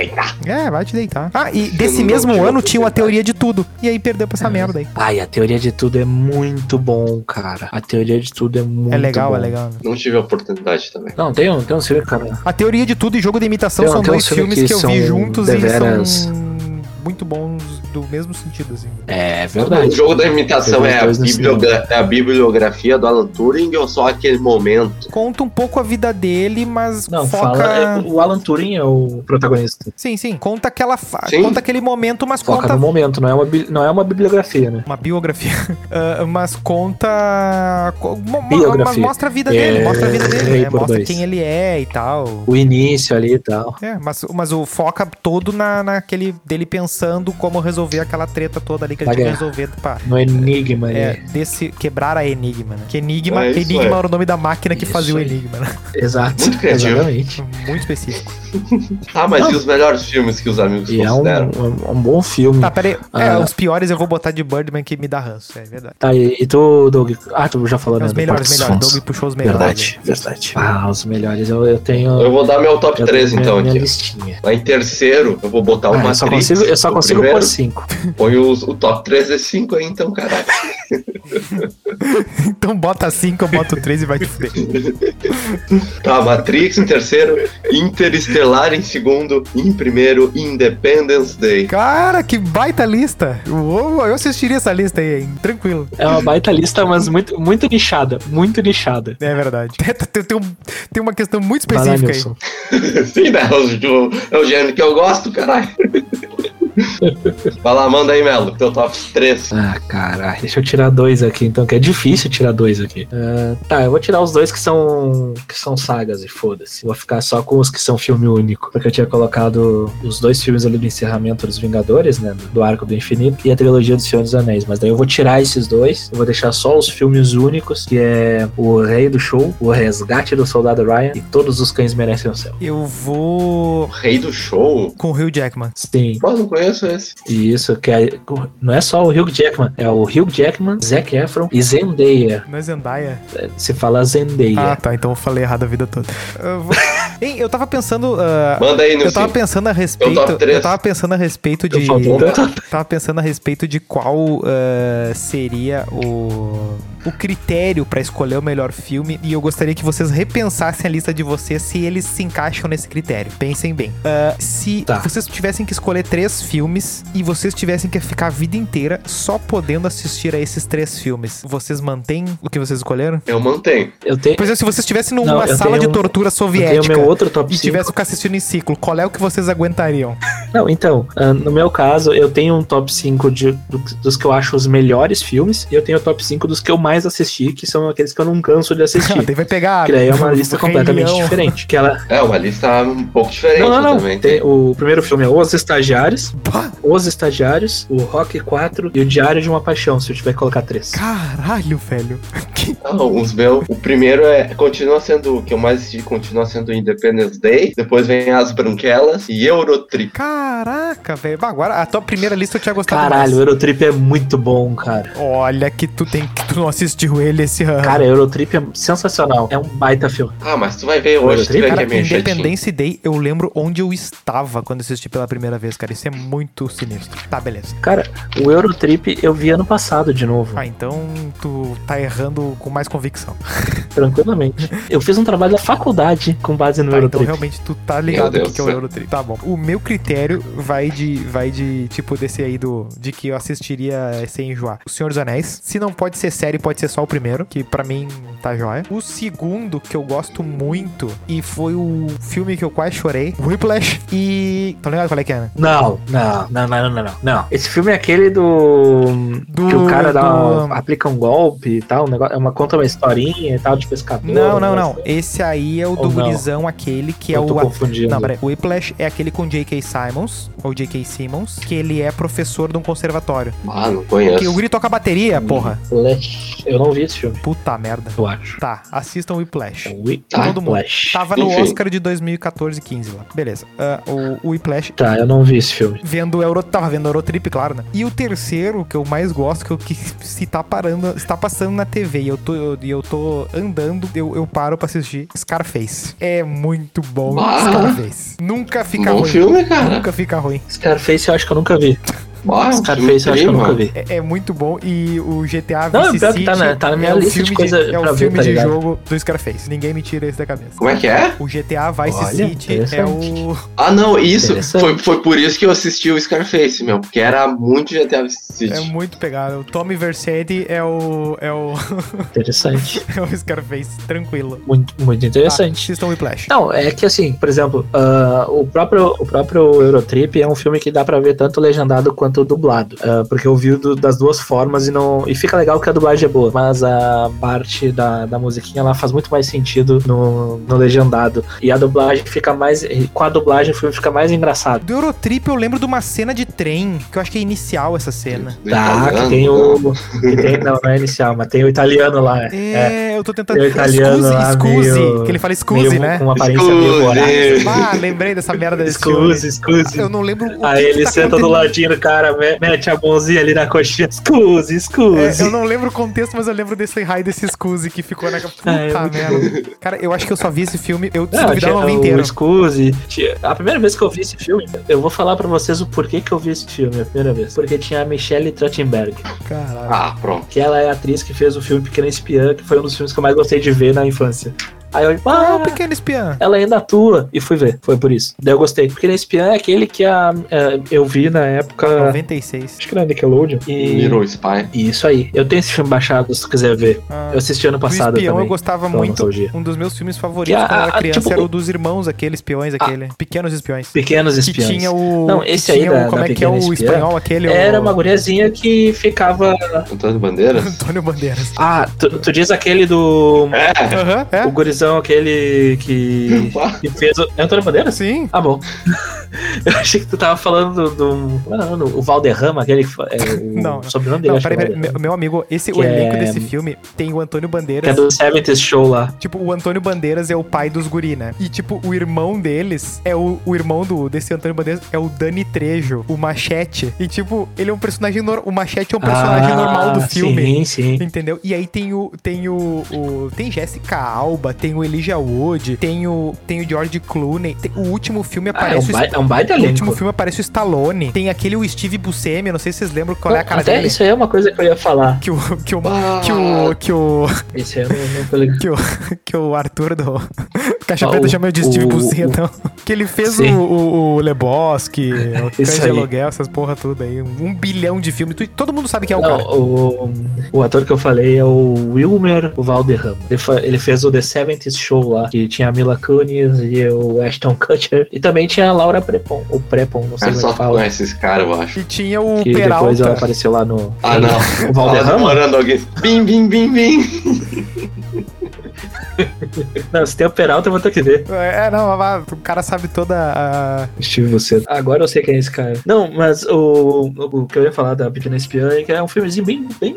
B: É, vai te deitar. Ah, e desse
D: não
B: mesmo
D: tive
B: ano tinha uma
D: oportunidade.
B: teoria de tudo. E aí perdeu pra essa merda aí.
A: Ai, a teoria de tudo é muito bom, cara. A teoria de tudo é muito
B: é legal,
A: bom.
B: é legal. né?
D: Não tive a oportunidade também.
A: Não, tem um, tem um filme, cara.
B: A teoria de tudo e jogo de imitação
A: Tem-
B: são
A: tem
B: dois
A: uns filmes
B: filmes que,
A: que
B: eu vi
A: são
B: juntos
A: deveras-
B: e são muito bons do mesmo sentido, assim.
A: É verdade.
D: O jogo da imitação
A: Tem
D: é a,
A: dois no cinema.
D: bibliogra- é a bibliografia do Alan Turing ou só aquele momento?
B: Conta um pouco a vida dele, mas
A: Não,
B: foca.
A: fala. é, O Alan Turing é o protagonista.
B: Sim, sim. Conta aquela. fa-
D: Sim.
B: Conta aquele momento, mas
A: Foca
B: conta.
A: no momento, não é uma, bi- não é uma bibliografia, né?
B: Uma biografia. Ah, mas conta. co- mo- mo-
A: Biografia.
B: Mas mostra a vida
A: É,
B: dele, mostra a vida dele,
A: errei
B: né?
A: por
B: Mostra
A: dois.
B: quem ele é e tal.
A: O início ali e tal.
B: É, mas, mas o foca todo na, naquele dele pensando como resolver aquela treta toda ali que ele
A: Da
B: tinha que
A: guerra.
B: resolver pra,
A: No Enigma ali.
B: é, desse quebrar a Enigma, né? Que Enigma,
D: É isso
B: Enigma
D: aí.
B: era o nome da máquina que
A: Isso
B: fazia o
A: aí.
B: Enigma, né?
A: Exato.
D: Muito criativo.
A: Exatamente.
B: Muito específico.
D: Ah, mas e os melhores filmes que os amigos
A: E é um,
D: consideram?
A: um, um bom filme.
B: Tá, pera aí. É,
A: Ah.
B: os piores eu vou botar de Birdman que me dá ranço, é verdade.
A: Tá, e, e tu, Doug? Ah, tu já falou,
B: É
A: né?
B: os
A: do
B: melhores,
A: Parque dos
B: melhores.
A: Fundos.
B: Doug puxou os melhores.
A: Verdade, verdade. Ah, os melhores. Eu, eu tenho.
D: Eu vou dar meu top
A: um- eu
D: 3
A: tenho
D: então
A: minha
D: aqui.
A: listinha.
D: Lá em terceiro, eu vou botar o
A: Ah, eu
D: Matrix.
A: só consigo, eu só
D: o
A: consigo
D: primeiro.
A: pôr 5. cinco.
D: Põe os- o top 3 e 5 aí então, caralho.
B: Então bota 5, eu boto 3 e vai te fuder.
D: Tá, Matrix em terceiro, Interestelar em segundo, em primeiro, Independence Day.
B: Cara, que baita lista. Uou, Eu assistiria essa lista aí, hein? Tranquilo.
A: É uma baita lista, mas muito, muito nichada. Muito nichada.
B: É verdade. Tem, tem um- tem uma questão muito
A: Vai lá,
B: específica é, aí.
A: Nilson.
D: Sim, né? É o gênero que eu gosto, caralho. Vai lá, manda aí, Melo, teu top 3.
A: Ah, caralho. Deixa eu tirar dois aqui, então, que é difícil tirar dois aqui. Ah, tá, eu vou tirar os dois que são que são sagas e foda-se. Vou ficar só com os que são filme único. Porque eu tinha colocado os dois filmes ali do encerramento dos Vingadores, né? Do, do Arco do Infinito e a trilogia do Senhor dos Anéis. Mas daí eu vou tirar esses dois. Eu vou deixar só os filmes únicos, que é O Rei do Show, O Resgate do Soldado Ryan e Todos os Cães Merecem o Céu.
B: Eu vou
D: Rei do Show?
B: com o Hugh Jackman.
A: Sim,
D: Pô, não conheço esse.
A: e isso que é, não é só o Hugh Jackman, é o Hugh Jackman, Zac Efron e Zendaya.
B: Não é Zendaya?
A: se fala Zendaya.
B: Ah, tá. Então eu falei errado a vida toda. Eu, vou- Hein, eu tava pensando... ah,
D: Manda aí,
B: eu tava
D: Nilson.
B: pensando a respeito...
D: top três.
B: Eu tava pensando a respeito de...
A: faltou um.
B: Tava pensando a respeito de qual ah, seria o, o critério pra escolher o melhor filme. E eu gostaria que vocês repensassem a lista de vocês se eles se encaixam nesse critério. Pensem bem. Ah, se
A: Tá.
B: vocês tivessem que escolher três filmes e vocês tivessem que ficar a vida inteira só podendo assistir a esses três filmes, vocês mantêm o que vocês escolheram?
D: Eu mantenho.
A: Eu tenho,
B: Pois é, se vocês estivessem
A: Não,
B: numa
A: eu
B: sala de
A: tenho- um-
B: tortura
A: eu tenho o
B: soviética
A: meu outro top
B: e
A: 5.
B: tivessem que ficar assistindo em ciclo, qual é o que vocês aguentariam?
A: Não, então, ah, no meu caso, eu tenho um top 5 de- do- dos que eu acho os melhores filmes e eu tenho o top 5 dos que eu mais assisti, que são aqueles que eu não canso de assistir.
B: Ah, Daí vai pegar.
A: que daí é uma lista
B: Rei
A: completamente
B: Leão.
A: diferente. Que ela...
D: É, uma lista um pouco diferente
A: Não, não, não.
D: também.
A: Tem- o primeiro filme é Os Estagiários,
B: Pá,
A: Os Estagiários, o Rock 4 e o Diário de uma Paixão, se eu tiver que colocar três.
B: Caralho, velho. Que-
D: Não, os meus. O primeiro é. Continua sendo. O que eu mais assisti continua sendo Independence Day. Depois vem As Branquelas e Eurotrip.
B: Caraca, velho. Bah, Agora, a tua primeira lista eu tinha gostado
A: Caralho, o
B: mais.
A: Eurotrip é muito bom, cara.
B: Olha que tu tem que tu não assistiu ele esse ano.
A: Cara, Eurotrip é sensacional. É um baita filme.
D: Ah, mas tu vai ver hoje. Tu
A: Eurotrip?
D: vê que
B: Cara,
D: é meio chatinho.
B: Independence Day, eu lembro onde eu estava quando assisti pela primeira vez, cara. Isso é muito sinistro. Tá, beleza.
A: Cara, o Eurotrip eu vi ano passado de novo,
B: Ah, então tu tá errando com mais convicção.
A: tranquilamente. Eu fiz um trabalho da faculdade com base no
B: Tá, então
A: Eurotrip.
B: realmente tu tá ligado
D: Meu
B: aqui
D: Deus
B: que é o
D: do céu.
B: Eurotrip. Tá bom. O meu critério vai de, vai de tipo, desse aí do, de que eu assistiria sem enjoar. O Senhor dos Anéis. Se não pode ser série, pode ser só o primeiro, que pra mim tá jóia. O segundo, que eu gosto muito, e foi o filme que eu quase chorei, Whiplash e... Tá ligado qual é que é, né?
A: Não, não, não, não, não, não, não. Esse filme é aquele do.
B: Do-
A: que o cara dá
B: Ah, do-
A: uma- aplica um golpe e tal, um negócio, é uma, conta uma historinha e tal de pescador.
B: Não,
A: um
B: não, não.
A: negócio assim.
B: Esse aí é o do
A: Ou não?
B: gurizão, aquele que é
A: Eu tô
B: o...
A: confundindo.
B: Não, peraí. O Whiplash é aquele com J.K. Simons, ou J.K. Simmons, que ele é professor de um conservatório.
D: Ah, não
B: Que o
D: conheço.
B: guri toca bateria,
D: Hum.
B: porra.
A: Flash. Eu não vi esse filme,
B: Puta merda.
A: eu acho.
B: Tá, assistam o Whiplash.
A: Tá,
B: Todo mundo.
A: Flash.
B: Tava no
D: Enfim.
B: Oscar de 2014 15 lá. Beleza. Ah, o, o Whiplash.
A: Tá, eu não vi esse filme.
B: Vendo Euro, tava vendo Eurotrip, claro, né? E o terceiro, que eu mais gosto, que eu que se tá parando, se tá passando na TV e eu tô, eu, e eu tô andando, eu, eu paro pra assistir Scarface. É muito bom
D: Bah!
B: Scarface. Nunca fica
D: Bom
B: ruim.
D: filme, cara.
B: Nunca fica ruim.
A: Scarface eu acho que eu nunca vi.
D: Ah, um filme
A: Scarface eu acho que eu
D: incrível,
A: nunca
D: mano.
A: vi.
B: É, é muito bom e o GTA
A: Não,
B: Vice
A: pior que tá
B: City
A: na- tá na minha
B: é o
A: lista de
B: filme
A: coisa
B: é
A: pra
B: o
A: ver,
B: filme
A: tá
B: de
A: ligado?
B: jogo do Scarface. Ninguém me tira isso da cabeça.
D: Como é que é?
B: O GTA Vice
A: Olha,
B: City é o.
D: Ah, não, isso.
A: Interessante.
D: Foi, foi por isso que eu assisti o Scarface, meu. Porque era muito GTA Vice City.
B: É muito pegado. O Tommy Versetti é o. É o,
A: Interessante.
B: é o Scarface, tranquilo.
A: Muito, muito
B: Tá,
A: interessante.
B: Assistam Whiplash.
A: Não, é que assim, por exemplo, ah, o, próprio, o próprio Eurotrip é um filme que dá pra ver tanto legendado quanto dublado. ah, porque eu vi o do- das duas formas e não. E fica legal que a dublagem é boa. Mas a parte da, da musiquinha ela faz muito mais sentido no, no legendado. E a dublagem fica mais. e Com a dublagem o filme fica mais engraçado.
B: Do Eurotrip eu lembro de uma cena de trem, que eu acho que é inicial essa cena.
D: Do
A: Tá,
D: italiano, né?
A: que tem
D: não.
A: o. que tem- não, não é inicial, mas tem o italiano lá. É,
B: É, É, eu tô tentando.
A: É o italiano lá,
B: Scusi,
A: meio-
B: que ele fala scusi,
A: meio,
B: né?
A: Com uma aparência
D: Scusi.
A: meio horária.
B: Ah, lembrei dessa merda desse
A: Excuse, Ah,
B: filme. Eu
A: excuse.
B: não lembro o que
A: Aí
B: que
A: ele
B: tá
A: senta do
B: acontecendo.
A: ladinho do cara, me- mete a mãozinha ali na coxinha. Excuse,
B: É, eu
A: excuse.
B: não lembro o contexto, mas eu lembro desse raio desse Scoozy que ficou na puta
A: É, é muito
B: merda. Cara, eu acho que eu só vi esse filme, eu se
A: Não,
B: duvidar, eu não vi
A: tinha um
B: inteiro.
A: o Scuse. tinha- A primeira vez que eu vi esse filme, eu vou falar pra vocês o porquê que eu vi esse filme, a primeira vez. Porque tinha a Michelle Trachtenberg,
B: Caralho.
D: Ah, pronto.
A: que ela é a atriz que fez o filme Pequena Espiã, que foi um dos filmes que eu mais gostei de ver na infância. Aí eu,
B: Ah,
A: ah,
B: o pequeno espiã.
A: ela ainda atua. E fui ver, foi por isso. Daí eu gostei. Porque Pequena Espiã é aquele que a, é, eu vi na época.
B: 96.
A: Acho que era Nickelodeon. E.
D: Little Spy.
A: Isso aí. Eu tenho esse filme baixado, se tu quiser ver.
B: Ah,
A: Eu assisti ano
B: do espião
A: passado também.
B: eu gostava
A: pela
B: muito.
A: nostalgia.
B: Um dos meus filmes favoritos
A: Que a-
B: quando eu
A: a-
B: era criança
A: tipo,
B: era
A: o-
B: o dos irmãos, aquele espiões, aquele. Pequenos espiões.
A: Pequenos
B: Que
A: Espiões.
B: tinha o.
A: Não,
B: que
A: esse aí
B: tinha
A: da-
B: o, Como
A: da
B: é que é o
A: Pequena Espiã
B: espanhol aquele?
A: Era
B: o...
A: uma guriazinha que ficava.
D: Antônio Bandeiras?
B: Antônio Bandeiras.
A: Ah, tu, tu diz aquele do.
D: É. Ah,
B: Aham,
A: O gurizão, aquele que. que fez. O... É Antônio
B: é.
A: Bandeiras?
B: Sim.
A: Ah, bom. Eu achei que tu tava falando do. do- como era o nome? o Valderrama, aquele que. fa- É, o
B: Não,
A: sobrenome dele,
B: Não,
A: acho
B: peraí,
A: que é
B: peraí. Meu,
A: Valderrama.
B: meu amigo, esse, o
A: Que
B: elenco
A: é-
B: desse filme tem o Antônio
A: Que é
B: Bandeiras.
A: do 70 Show lá.
B: Tipo, o Antônio Bandeiras é o pai dos guri, né? E, tipo, o irmão deles é o, o irmão do, desse Antônio Bandeiras é o Dani Trejo, o Machete. E, tipo, ele é um personagem normal. O Machete é um personagem
A: Ah,
B: normal do
A: Sim,
B: filme.
A: sim.
B: Entendeu? E aí tem o. Tem o. o- tem Jessica Alba, tem o Elijah Wood, tem o. Tem o George Clooney. Tem- o último filme
A: Ah, é, um
B: aparece o
A: bai- é um baita
B: no último
A: elenco.
B: filme aparece o Stallone. Tem aquele o Steve Buscemi, eu não sei se vocês lembram qual é a cara
A: Até
B: dele.
A: isso aí é uma coisa que eu ia falar.
B: Que o, que, o, que, o, que, o,
A: Esse aí eu não, não tô ligado.
B: que, o, que o Arthur do Caixa
A: Ah,
B: Preta
A: o-
B: chama eu de
A: o-
B: Steve Buscemi. Que ele fez o,
A: Sim.
B: o, o Lebowski, o Cães
A: Isso
B: de
A: aí.
B: Aluguel, essas porra tudo aí. Um bilhão de filmes. Tu- Todo mundo sabe quem é o
A: Não,
B: cara.
A: o, o ator que eu falei é o Wilmer Valderrama. Ele, fa- ele fez o The 70s Show lá, que tinha a Mila Kunis e o Ashton Kutcher. E também tinha a Laura Prepon, ou Prepon, não sei
D: Cara,
A: como é
D: só
A: que fala.
D: conhece esse cara, eu acho.
B: E tinha o
A: Que depois ela
B: Um Peralta.
A: apareceu lá no.
D: Ah, não.
A: O Valderrama?
D: Morando alguém. Bim, bim, bim, bim.
A: Não, se tem o Peralta, eu vou ter que ver.
B: É, não, mas o cara sabe toda a.
A: Steve você. Agora eu sei quem é esse cara. Não, mas o, o que eu ia falar da Pequena Espiã é que é um filmezinho bem, bem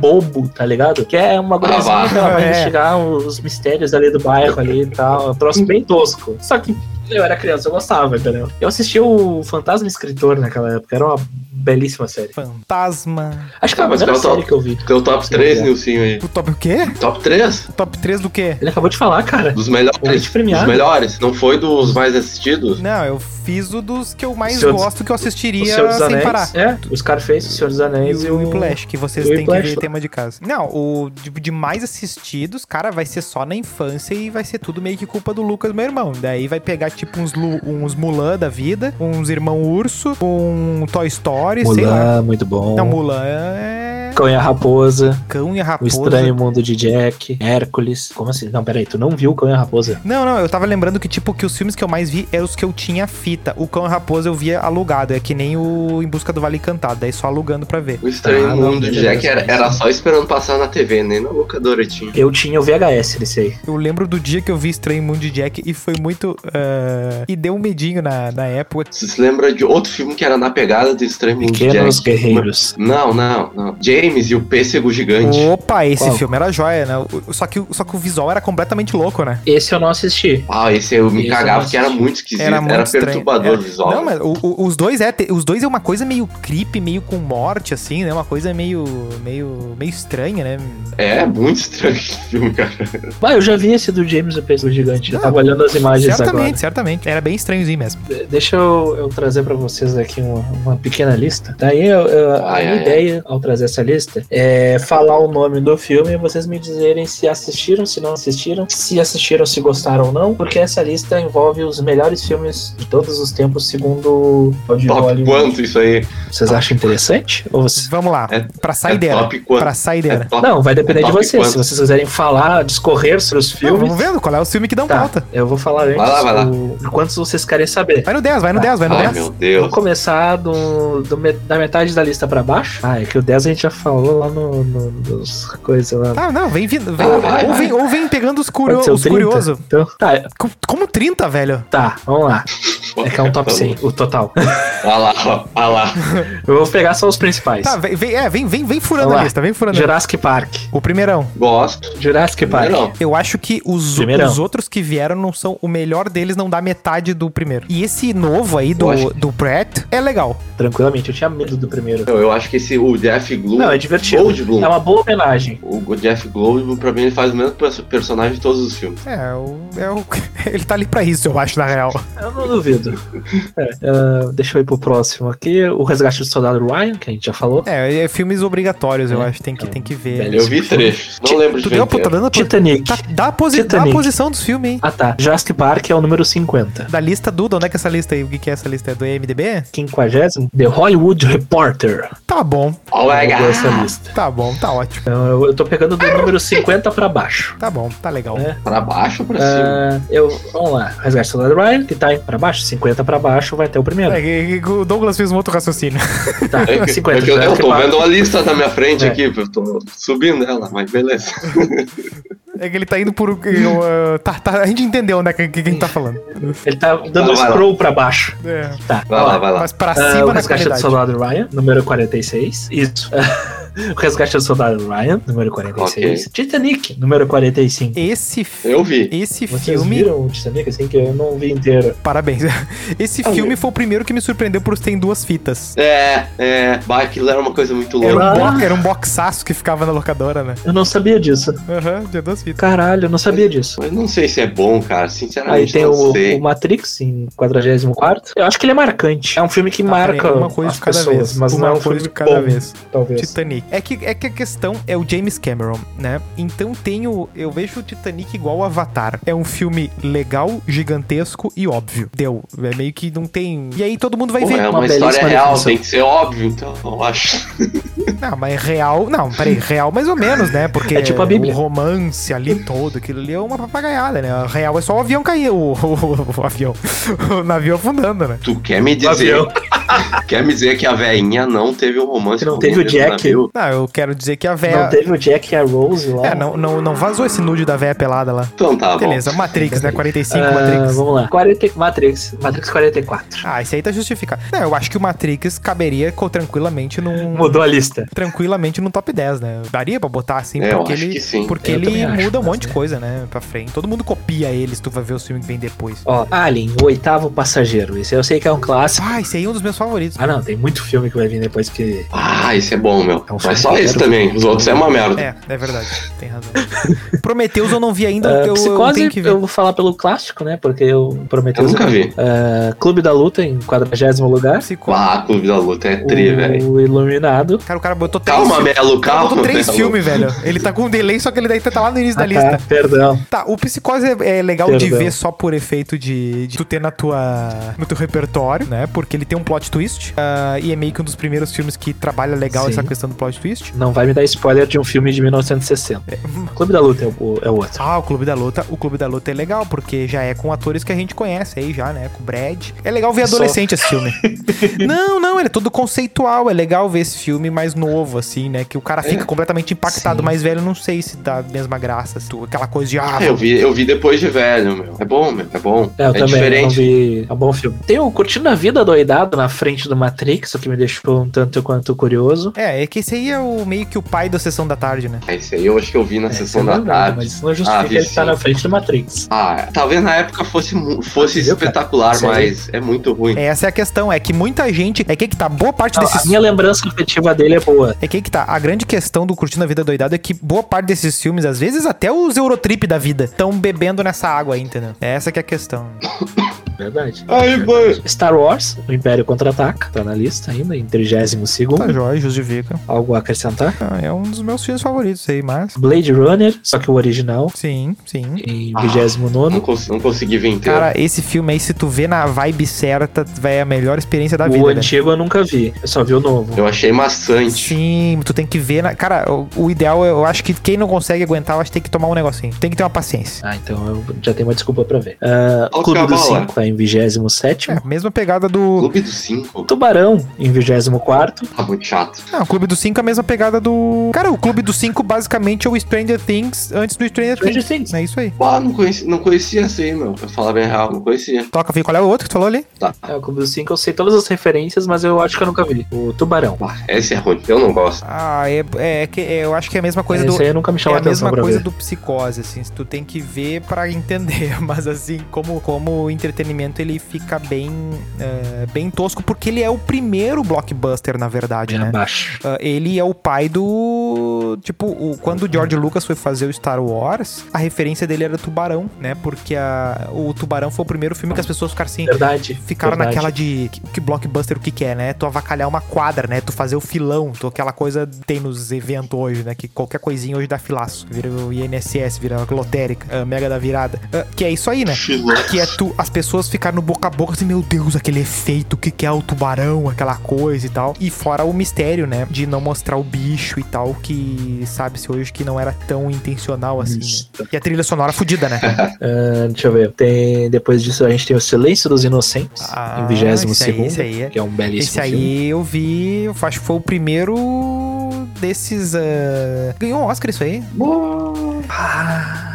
A: bobo, tá ligado? Que é uma guriazinha
D: vá.
A: que ela vai
B: É.
A: investigar os mistérios ali do bairro ali e tal. Um troço bem tosco. Só que eu era criança, eu gostava, entendeu? Eu assisti o Fantasma Escritor naquela época, era uma belíssima série.
B: Fantasma.
A: Acho que é a
D: Ah, mas
A: primeira
D: qual é o
A: série que eu vi.
D: Teu top
A: Sim,
D: 3,
A: é.
D: Nilcinho aí.
B: O top o quê?
D: Top 3?
B: Top 3 do quê?
A: Ele acabou de falar, cara.
D: Dos
A: Foi
D: melhores.
A: de
D: Dos
A: premiado.
D: melhores. Não foi dos mais assistidos?
B: Não, eu fiz o dos que eu mais
A: Senhor dos-
B: gosto, que eu
A: O
B: assistiria
A: Senhor dos
B: sem
A: Anéis.
B: parar.
A: É, o Scarface, o Senhor dos Anéis
B: E é o Whiplash, que vocês
A: e o
B: têm que
A: Whiplash
B: ver
A: lá.
B: tema de casa. Não, o de, de mais assistidos, cara, vai ser só na infância e vai ser tudo meio que culpa do Lucas, meu irmão. Daí vai pegar, tipo, uns, Lu- uns Mulan da vida, uns Irmão Urso, um Toy Story, sei lá.
A: Mulan, muito bom.
B: Não, Mulan é
A: Cão e a Raposa.
B: cão e a
A: O
B: raposa.
A: Estranho Mundo de Jack, Hércules. Como assim? Não, peraí, tu não viu o Cão e a Raposa?
B: Não, não, eu tava lembrando que, tipo, que os filmes que eu mais vi eram os que eu tinha fita. O Cão e a Raposa eu via alugado, é que nem o Em Busca do Vale Encantado, daí só alugando pra ver.
D: O estranho
A: Ah, não,
D: mundo de
A: beleza,
D: Jack era,
A: beleza.
D: era só esperando passar na TV, nem na locadora tinha.
A: Eu tinha o VHS desse aí.
B: Eu lembro do dia que eu vi Estranho Mundo de Jack e foi muito. ah, e deu um medinho na, na época.
D: Você se lembra de outro filme que era na pegada do estranho mundo de
A: Pequenos
D: Jack?
A: Guerreiros.
D: Não, não, não. James e o Pêssego Gigante.
A: É.
B: Opa, esse
A: Qual?
B: filme era joia, né? O- Só que, o- só que o visual era completamente louco, né?
A: Esse eu não assisti.
D: Ah, esse eu me
A: Esse eu
D: cagava
A: não
D: que era
A: assisti.
D: muito esquisito.
B: Era
D: Era,
B: muito estranho.
D: perturbador
A: É.
B: Era-
D: o visual.
B: Não, mas o- o- os dois é. te- Os dois é uma coisa meio creepy, meio com morte, assim, né? Uma coisa meio. meio. meio estranha, né?
D: É muito estranho esse filme, cara.
A: Ah, eu já vi esse do James o Pêssego Gigante. Eu
B: Não,
A: tava olhando as imagens
B: certamente,
A: agora.
B: certamente. Era bem estranhozinho mesmo.
A: De- Deixa eu, eu trazer pra vocês aqui uma, uma pequena lista. Daí eu- eu- a
D: Ai,
A: minha
D: ai,
A: ideia ao trazer essa lista é falar o nome do filme e vocês me dizerem se assistiram, se não assistiram, se assistiram, se gostaram ou não, porque essa lista envolve os melhores filmes de todos os tempos, segundo o de
D: Top
A: Hollywood.
D: quanto isso aí?
A: Vocês acham interessante? Ou vocês...
B: Vamos lá.
D: É-
B: pra
D: É
B: saideira.
D: top quanto?
B: pra saideira.
D: É top-
A: Não, vai depender de
D: Top
A: vocês.
D: quanto?
A: Se vocês quiserem falar, discorrer sobre os
B: Não,
A: filmes.
B: vamos vendo qual é o filme que dão
A: Tá,
B: pauta.
A: eu vou falar antes
D: lá, vai lá.
A: o- de quantos vocês querem saber.
B: Vai no 10, vai no 10, vai no
D: Tá. Ai,
B: 10.
D: meu
A: Vou
D: Deus.
A: começar do, do me- da metade da lista pra baixo. Ah, é que o 10 a gente já falou lá no, no, nos coisas lá.
B: Ah, não, vem vindo. Vem,
D: Ah, vai,
B: ou,
D: vai.
B: vem, ou vem pegando os, curio,
A: Pode ser o
B: os
A: 30?
B: curiosos.
A: Então, tá,
B: Co- Como 30, velho?
A: tá, vamos lá. É que é um top 100, o total.
D: Olha lá, ó, olha lá.
A: Eu vou pegar só os principais.
B: Tá, né? vem, vem, é, vem, vem, vem furando
A: Vamos
B: a
A: lá.
B: lista, vem furando a lista.
A: Jurassic Park.
B: O primeirão.
D: Gosto.
A: Jurassic Park.
D: Primeirão.
B: Eu acho que os,
A: Primeirão.
B: os outros que vieram não são. O melhor deles não dá metade do primeiro. E esse novo aí
D: Eu acho
B: do,
D: que-
B: do Brett é legal.
A: Tranquilamente, eu tinha medo do primeiro.
D: Eu, eu acho que esse, É o Jeff Gloom.
A: Não, é divertido.
D: Goldblum.
A: É uma boa homenagem.
D: O o Jeff Goldblum, pra mim, ele faz o mesmo perso- personagem de todos os filmes.
B: É, o, é o, ele tá ali pra isso, eu acho, na real.
A: Eu não duvido. É, ah, deixa eu ir pro próximo aqui. O Resgate do Soldado Ryan, que a gente já falou.
B: É, é filmes obrigatórios, eu
A: É,
B: acho. Tem que, tem que ver.
A: Beleza.
D: Eu vi trechos, não lembro de
B: tu
D: ver
B: deu, pô, tá
D: inteiro.
B: dando a po-
A: Titanic.
B: tá- dá, a posi- dá a
A: Titanic.
B: posição dos filmes, hein?
A: Ah tá. Jurassic Park é o número 50.
B: Da lista do. de Onde é que é essa lista aí? O que, que é essa lista? É do IMDB?
A: 50 The Hollywood Reporter.
B: Tá bom,
D: Oh my
A: Eu
D: God.
A: vou essa lista.
B: tá bom, tá ótimo.
A: Então, eu, eu tô pegando do número 50 pra baixo.
B: Tá bom, tá legal.
A: É.
D: Pra baixo ou pra cima?
A: Ah, eu, vamos lá. Resgate do Soldado Ryan, que tá em- pra baixo. 50 pra baixo vai até o primeiro.
B: É, que- que o Douglas fez um outro raciocínio.
A: Tá,
D: É que-
A: 50.
D: é que eu, eu
A: Jurassic
D: tô
A: Park.
D: vendo a lista na minha frente
A: É.
D: aqui, eu tô subindo ela, mas beleza.
B: É que ele tá indo por. eu, ah, tá, tá, a gente entendeu, né? O que, que a gente tá falando.
A: Ele tá dando
D: Vai lá, vai lá.
A: scroll pra baixo.
B: É,
A: Tá.
D: Vai
A: ó.
D: lá, vai lá.
B: mas pra
A: Ah,
B: cima
A: o
B: na
A: Resgate do
B: qualidade.
A: Soldado Ryan, número 46. Isso. Ah, o Resgate do Soldado Ryan, número 46. Titanic, número 45.
B: Esse, fi-
D: Eu vi.
B: esse
A: Vocês
B: filme.
A: viram o Titanic assim que eu não vi inteiro?
B: Parabéns. Esse
A: Ah,
B: filme foi o primeiro que me surpreendeu por ter em duas fitas.
D: É, é. Bah, aquilo era uma coisa muito
B: Era
D: louca.
B: um,
A: Ah.
B: bo era um boxaço que ficava na locadora, né?
A: Eu não sabia disso.
B: Aham, tinha duas fitas.
A: Caralho, eu não sabia disso.
D: Mas não sei se é bom, cara.
A: Aí
D: Sinceramente,
A: tem
D: não
A: o,
D: sei.
A: o Matrix em 44. Eu acho que ele é marcante. É um filme que
B: Tá,
A: marca
B: peraí, uma coisa
A: as
B: de cada
A: pessoas,
B: vez.
A: mas
B: uma
A: não é um
B: coisa
A: filme
B: de cada
A: bom,
B: vez.
A: talvez.
B: Titanic. É que, é que a questão é o James Cameron, né? Então tenho. Eu vejo o Titanic igual o Avatar. É um filme legal, gigantesco e óbvio. Deu. É meio que não tem. E aí todo mundo vai
D: Pô,
B: ver.
D: é
A: uma
D: uma história
A: belíssima
D: real,
A: definição.
D: tem que ser óbvio, então eu acho.
B: Não, mas é real. Não, peraí, real mais ou menos, né? Porque
A: É tipo a Bíblia.
B: o romance ali todo, aquilo ali é uma papagaiada, né? A Real é só o avião cair, o, o- o avião. O navio afundando, né?
D: Tu quer me dizer.
A: Avião.
D: Quer me dizer que a veinha não teve um romance
A: Que não
D: com
A: teve o
D: dentro do
A: Jack.
D: navio?
B: Não, eu quero dizer que a
A: Não
B: véia.
A: teve o Jack e a Rose lá.
B: É, não, não, não vazou esse nude da véia pelada lá.
D: Então tá bom.
B: Beleza, Matrix, né? 45
A: Ah,
B: Matrix.
A: Vamos lá. 40, Matrix, Matrix 44.
B: Ah, esse aí tá justificado. Não, eu acho que o Matrix caberia co- tranquilamente num.
A: Mudou a lista.
B: Tranquilamente num top 10, né? Daria pra botar assim,
D: É, eu
B: porque
D: acho
B: ele.
D: que sim.
B: Porque
A: Eu
B: ele
A: também acho,
B: muda um
A: mas,
B: monte de coisa, né? Pra frente. Todo mundo copia ele se tu vai ver o filme que vem depois.
A: Ó, Alien, o oitavo passageiro. Esse eu sei que é um clássico.
B: Ah, esse aí é um dos meus favoritos.
A: Ah, não, tem muito filme que vai vir depois que.
D: Ah, esse é bom, meu.
A: É um
D: Mas
A: filme
D: só
A: que eu
D: esse
A: quero
D: também.
A: ver.
D: Os outros é uma merda.
B: É, é verdade. Tem razão. Prometeus eu não vi ainda,
A: Ah,
B: eu, eu
A: Psicose,
B: tenho
A: eu,
B: É que ver.
A: vou falar pelo clássico, né? Porque eu prometi.
D: Eu nunca vi.
A: Clube da Luta, em 40 lugar.
B: Psicose.
D: Ah, Clube da Luta é tri, velho.
A: O Iluminado.
B: Cara, o cara botou três
D: Calma, né?
B: filmes.
D: Melo,
B: O cara
D: calma.
B: botou três
D: Melo.
B: filmes, velho. Ele tá com um delay, só que ele daí tá lá no início da
A: Ah,
B: lista.
A: tá, perdão.
B: Tá, o Psicose é é legal de
A: Perdão.
B: ver só por efeito de, de tu ter na tua, no teu repertório, né? Porque ele tem um plot twist. ah, e é meio que um dos primeiros filmes que trabalha legal
A: Sim.
B: essa questão do plot twist.
A: Não vai me dar spoiler de um filme de 1960. Clube da Luta é o, é o outro.
B: Ah, o Clube da Luta. O Clube da Luta é legal, porque já é com atores que a gente conhece aí já, né? Com o Brad. É legal ver
A: Só-
B: adolescente esse filme. não, não, ele é todo conceitual. É legal ver esse filme mais novo, assim, né? Que o cara fica completamente impactado.
A: É. Sim.
B: Mais velho, não sei se dá a mesma graça. se tu- Aquela coisa de... Ah,
D: É, Eu vi, eu vi depois de velho, meu. É bom, meu. É bom.
A: É, eu também não
D: diferente.
A: vi. É um bom filme. Tem o Curtindo a Vida doidado na frente do Matrix, o que me deixou um tanto quanto curioso.
B: É, é que esse aí é o, meio que o pai da Sessão da Tarde, né?
D: Ah, Esse aí eu acho que eu vi na
A: É, isso
D: sessão da
A: eu não lembro,
D: tarde.
A: Mas isso não justifica
D: Ah, vi
A: ele estar
D: sim.
A: na frente do Matrix.
D: Ah, talvez na época fosse, mu- fosse
A: Viu, cara?
D: espetacular,
A: Isso aí.
D: mas é muito ruim.
B: Essa é a questão, é que muita gente. É que que tá. Boa parte
A: Não,
B: desses.
A: Ah, a minha lembrança afetiva dele é boa.
B: É que que tá. A grande questão do Curtindo a Vida Doidado é que boa parte desses filmes, às vezes até os Eurotrip da vida, estão bebendo nessa água aí, entendeu? É Essa que é a questão.
A: Verdade.
D: Aí, boy.
A: Star Wars, o Império Contra-Ataca, tá na lista ainda, em 32
B: Tá jóia, justifica.
A: Algo a acrescentar?
B: Ah, É um dos meus filmes favoritos aí, mas.
A: Blade Runner, só que o original,
B: Sim, sim.
A: em
D: Ah,
A: 29
D: Não, cons- não consegui ver inteiro.
B: Cara, esse filme aí, se tu vê na vibe certa, vai é a melhor experiência da
A: O
B: vida. né?
A: antigo eu nunca vi, eu só vi o novo.
D: eu achei
B: tipo,
D: maçante.
B: Sim, tu tem que ver. Na... Cara, o, o ideal, eu acho que quem não consegue aguentar, eu acho que tem que tomar um negocinho. Tem que ter uma paciência.
A: Ah, então eu já tenho uma desculpa pra ver. Ah,
D: Qual que
A: Clube
D: é a
A: dos
D: bola?
A: 5 tá em 27.
B: É, mesma pegada do.
D: Clube dos Cinco.
A: Tubarão em 24.
D: Tá muito chato.
B: Não, o Clube dos Cinco é a mesma pegada do. Cara, o Clube dos Cinco basicamente é o Stranger Things antes do Stranger,
A: Stranger
B: Things.
A: Things. né?
B: É isso aí.
D: Pô, Ah, não conhecia, não conhecia essa aí, meu. Pra falar bem real, não conhecia.
B: Toca, Vi, qual é o outro que tu falou ali?
D: Tá.
A: É, o Clube dos 5 eu sei todas as referências, mas eu acho que eu nunca vi. O Tubarão.
D: Bah, essa é ruim. Eu não gosto.
B: Ah, é, é que é, eu acho que é a mesma coisa do.
A: Esse aí eu nunca me chamou
B: é a
A: atenção
B: mesma
A: pra
B: coisa
A: ver.
B: do psicose, assim, tu tem que ver pra entender, mas assim, como, como o entretenimento ele fica bem, eh, bem tosco, porque ele é o primeiro blockbuster, na verdade,
A: Bem
B: né?
A: abaixo.
B: Ah, ele é o pai do. Tipo, o- quando o George Lucas foi fazer o Star Wars, a referência dele era Tubarão, né? Porque a- o Tubarão foi o primeiro filme que as pessoas ficaram assim.
A: Verdade.
B: Ficaram
A: verdade.
B: naquela de que, que blockbuster o que que é, né? Tu avacalhar uma quadra, né? Tu fazer o filão, tu, aquela coisa que tem nos eventos hoje, né? Que qualquer coisinha hoje dá filaço. Vira o INSS, vira a lotérica, a mega da virada. Ah, que é isso aí, né?
D: Filão.
B: Que é tu, as pessoas ficarem no boca a boca assim, meu Deus, aquele efeito, o que, que é o tubarão, aquela coisa e tal. E fora o mistério, né? De não mostrar o bicho e tal, que sabe-se hoje que não era tão intencional assim,
A: Isso.
B: né? E a trilha sonora fudida, né?
A: Ah, deixa eu ver. Tem, depois disso a gente tem o Silêncio dos Inocentes
B: Ah,
A: em 22
B: esse aí, esse aí é-
A: que é um belíssimo
B: Esse
A: filme.
B: aí eu vi, eu acho que foi o primeiro desses. ah, Ganhou um Oscar isso aí?
A: Ah,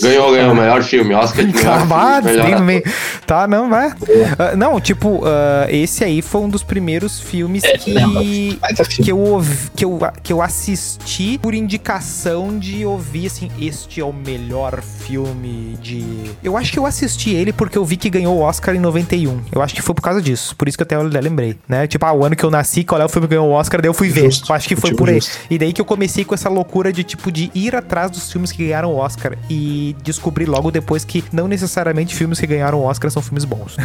D: Ganhou, ganhou. Melhor filme. Oscar de melhor
B: Cavado,
D: filme.
B: tem no
D: Melhor.
B: meio. Tá, não, vai. Ah, não, tipo, ah, esse aí foi um dos primeiros filmes
A: É,
B: que.
A: Mas é filme.
B: Que eu, ouvi- que, eu, que eu assisti por indicação de ouvir, assim, este é o melhor filme de... Eu acho que eu assisti ele porque eu vi que ganhou o Oscar em 91. Eu acho que foi por causa disso. Por isso que eu até lembrei, né? Tipo, ah, o ano que eu nasci, qual é o filme que ganhou o Oscar, daí eu fui ver.
A: Justo.
B: Eu acho que foi
A: Motivo
B: por aí.
A: justo.
B: E daí que eu comecei com essa loucura de, tipo, de ir atrás dos filmes que ganharam o Oscar. E descobri logo depois que não necessariamente filmes que ganharam o Oscar são filmes bons.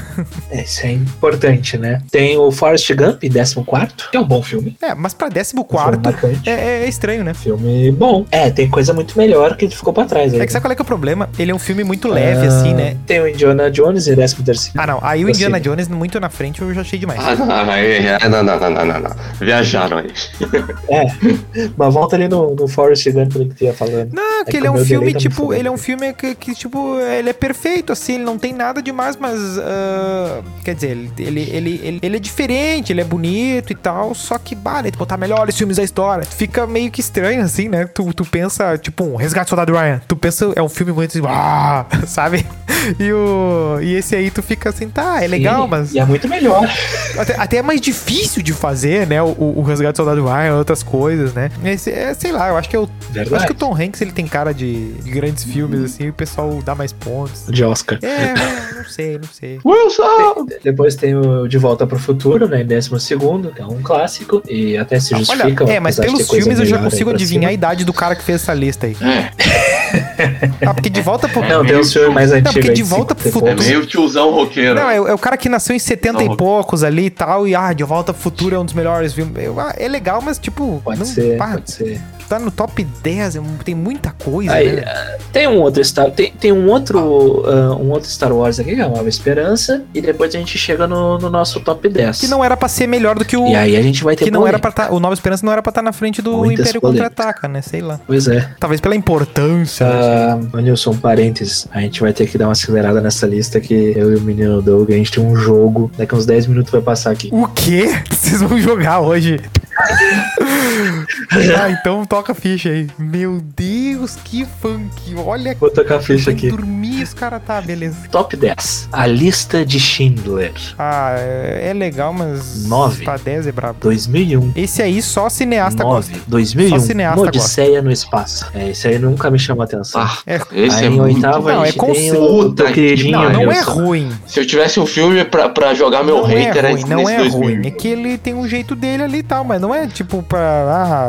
A: É, isso é importante, né? Tem o Forrest Gump, 14, que é um bom filme.
B: é, mas pra
A: Filme
B: 14
A: marcante.
B: é, é- é estranho, né?
A: Filme bom. É, tem coisa muito melhor que ficou pra trás. aí,
B: É que
A: né?
B: sabe qual é que é o problema? Ele é um filme muito leve,
A: Ah,
B: assim, né?
A: Tem o Indiana Jones em 13.
B: Ah, não. Aí
A: Eu
B: o Indiana
A: sei.
B: Jones, muito na frente, eu já achei demais.
D: Ah, não, aí- ah, não, não, não, não, não, não. Viajaram aí.
A: Mas volta ali no, no Forrest Gump ali que tu ia falando.
B: Não, que
A: É
B: ele é um
A: como eu
B: filme,
A: dei, tá me
B: tipo,
A: fudendo.
B: ele é um filme que, que, tipo, ele é perfeito, assim, ele não tem nada demais, mas. ah, quer dizer, ele, ele, ele, ele, ele é diferente, ele é bonito e tal, só que, bah, né, tu botar melhores filmes da história. Fica meio que estranho, assim, né? Tu, tu pensa, tipo, um Resgate do Soldado Ryan. Tu pensa, é um filme muito assim, ah, sabe? E, o, e esse aí tu fica assim, tá, é legal,
A: E-
B: mas.
A: E é muito melhor.
B: Até, até é mais difícil de fazer, né? O, o Resgate do Soldado Ryan, outras coisas, né? Esse, é, sei lá, eu acho que é o
A: Verdade. Uhum.
B: eu acho que o Tom Hanks ele tem cara de, de grandes filmes, assim, e o pessoal dá mais pontos.
A: De Oscar.
B: É, é, não sei, não sei.
D: Wilson!
A: Depois tem o De Volta pro Futuro, né? Em 12, que é um clássico. E até se
B: Olha,
A: justifica.
B: é, mas
A: apesar de ter
B: pelos
A: coisa
B: filmes eu já
A: melhor aí
B: consigo
A: pra
B: adivinhar a
A: cima.
B: idade do cara que fez essa lista aí.
D: É,
B: Ah, porque de volta pro.
A: É. Não, tem um filme mais antigo.
B: porque
A: aí,
B: De Volta pro
A: 50 e
D: é
A: pouco.
D: meio tiozão roqueiro.
B: Não, é, o- é o cara que nasceu em 70
D: Não.
B: e poucos ali e tal, e ah, De Volta pro Futuro é um dos melhores filmes. Eu- ah, é legal, mas tipo,
A: Pode
B: não,
A: ser,
B: pá,
A: pode ser.
B: tá no top 10, é um- tem muita coisa,
A: Aí,
B: né?
A: ah, tem um outro Star, tem, tem um outro ah, um outro Star Wars aqui que é uma Nova Esperança e depois a gente chega no, no nosso top 10.
B: Que não era pra ser melhor do que o.
A: e aí a gente vai ter
B: Que não era
A: polêmica.
B: pra tá, o Nova Esperança não era pra estar na frente do
A: Muitas
B: Império
A: polêmicas.
B: Contra-Ataca, né? Sei lá.
A: Pois é.
B: Talvez pela importância. não sei.
A: Ah, ô, Nilson, parênteses, a gente vai ter que dar uma acelerada nessa lista que eu e o menino Doug, a gente tem um jogo, daqui uns 10 minutos vai passar aqui.
B: O quê? Vocês vão jogar hoje? ah, então toca a ficha aí. Meu Deus, que funk. Olha
A: Vou tocar a ficha
B: tem que
A: aqui.
B: dormir, os caras tá, beleza.
A: Top 10. A lista de Schindler.
B: Ah, é é legal, mas.
A: Nove.
B: Pra 10 é brabo.
A: 2001.
B: Esse aí só cineasta gosta.
A: 9. 2001.
B: Só cineasta
A: Uma um, Odisseia no espaço. É, isso aí nunca me chamou atenção.
D: Ah,
B: É,
D: esse
A: aí
D: é
A: em
D: muito...
A: oitavo
B: Não,
A: a
B: é
A: gente tem
B: conceito.
A: o, o
D: Puta que
A: queridinho.
D: pariu.
B: não é
A: Nilson.
B: ruim.
D: Se eu tivesse um filme pra, pra jogar meu
B: não
D: hater,
B: é
D: era
B: ruim, não
D: nesse
B: é
D: 2000.
B: ruim. É que ele tem um jeito dele ali e tal, mas não é tipo pra. Ah,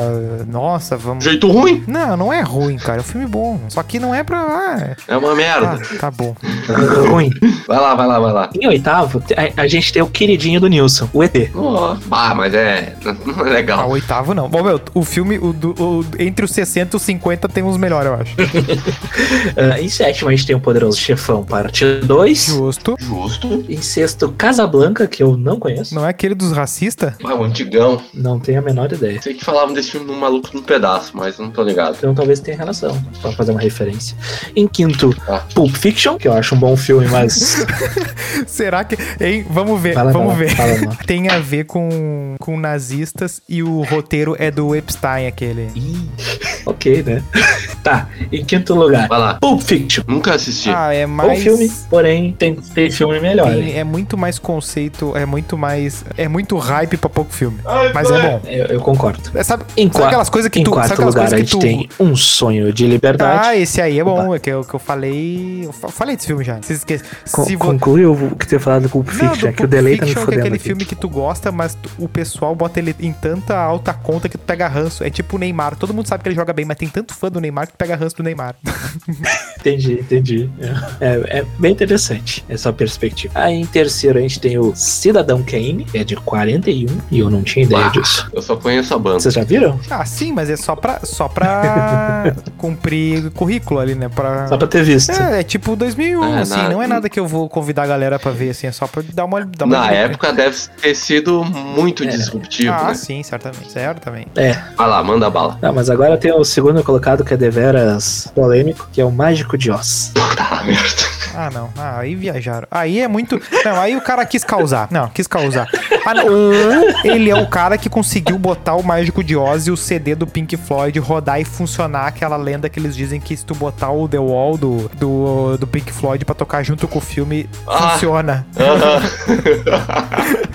B: nossa, vamos.
D: Jeito ruim?
B: Não, não é ruim, cara. É um filme bom. Só que não é pra. Ah,
D: É uma merda.
B: tá, tá bom.
A: ruim.
B: Ah.
D: Vai lá, vai lá, vai lá.
A: Em oitavo, a, a gente tem o queridinho do Nilson, o ET.
D: Ó, Ah, mas é. Não é
B: Ah,
D: legal.
B: oitavo não. Bom, meu, o filme, o, do- o- entre os 60 e os 50 tem uns melhores, eu acho.
A: Ah, em sétimo, a gente tem o Poderoso Chefão, parte 2.
B: Justo.
D: Justo.
A: Em sexto, Casablanca, que eu não conheço.
B: Não é aquele dos racistas?
D: Ah, o antigão.
A: Não tenho a menor ideia.
D: Sei que falavam desse filme num maluco num pedaço, mas não tô ligado.
A: Então talvez tenha comparação, pra fazer uma referência. Em quinto,
D: Ah.
A: Pulp Fiction, que eu acho um bom filme, mas.
B: Será que. Hein? Vamos ver,
A: Vai lá,
B: vamos
A: vai lá,
B: ver.
A: fala lá.
B: Tem a ver com, com nazistas e o roteiro é do Epstein, aquele.
A: Ih, ok, né? tá, em quinto lugar,
D: Vai lá.
A: Pulp Fiction.
D: Nunca assisti.
B: Ah, é
A: Bom
B: mais.
A: filme, porém tem, tem filme melhor.
B: tem- é muito mais conceito, é muito mais. É muito hype pra pouco filme. mas é bom.
A: Eu, eu concordo.
B: É, sabe,
A: Em,
B: sabe
A: qua-
B: aquelas coisas que
A: em
B: tu. Sabe
A: quarto
B: aquelas
A: lugar,
B: coisas
A: a
B: que
A: gente
B: tu.
A: tem Um Sonho de Liberdade.
B: Ah, esse aí é bom, é que eu, que eu falei. Eu fa- falei desse filme já. Vocês esquecem.
A: Con-
B: Se vo-
A: Concluiu o que você falado do Pulp
B: Não,
A: Fiction,
B: do
A: é que o
B: Pulp
A: delay tá me
B: Fiction, que é
A: fodendo.
B: aquele
A: aqui.
B: filme que tu gosta, mas tu- o pessoal bota ele em tanta alta conta que tu pega ranço. É tipo o Neymar. Todo mundo sabe que ele joga bem, mas tem tanto fã do Neymar que tu pega ranço do Neymar.
A: Entendi, entendi. É, é bem interessante essa perspectiva. Aí em terceiro a gente tem o Cidadão Kane, que é de 41, e eu não tinha ideia
D: Bah.
A: disso.
D: Eu só conheço a banda.
A: Vocês já viram?
B: Ah, sim, mas é só pra, só pra cumprir currículo ali, né? Pra...
A: Só pra ter visto.
B: É, é tipo 2001,
D: É,
B: assim.
D: na-
B: Não é nada que eu vou convidar a galera pra ver, assim. É só pra dar uma... Dar uma
D: Na
B: dica.
D: época deve ter sido muito disruptivo,
B: Ah,
D: né?
B: sim, certamente. Certamente.
D: Vai lá, manda bala.
A: Ah, mas agora tem o segundo colocado que é deveras polêmico, que é o Mágico de Oz.
D: Tá, merda.
B: Ah, não. Ah, aí viajaram. Aí é muito. Não, aí o cara quis causar. Não, quis causar. Ah, não. Ou ele é o cara que conseguiu botar o Mágico de Oz e o CD do Pink Floyd rodar e funcionar aquela lenda que eles dizem que se tu botar o The Wall do, do, do Pink Floyd pra tocar junto com o filme,
D: Ah.
B: funciona.
D: Aham.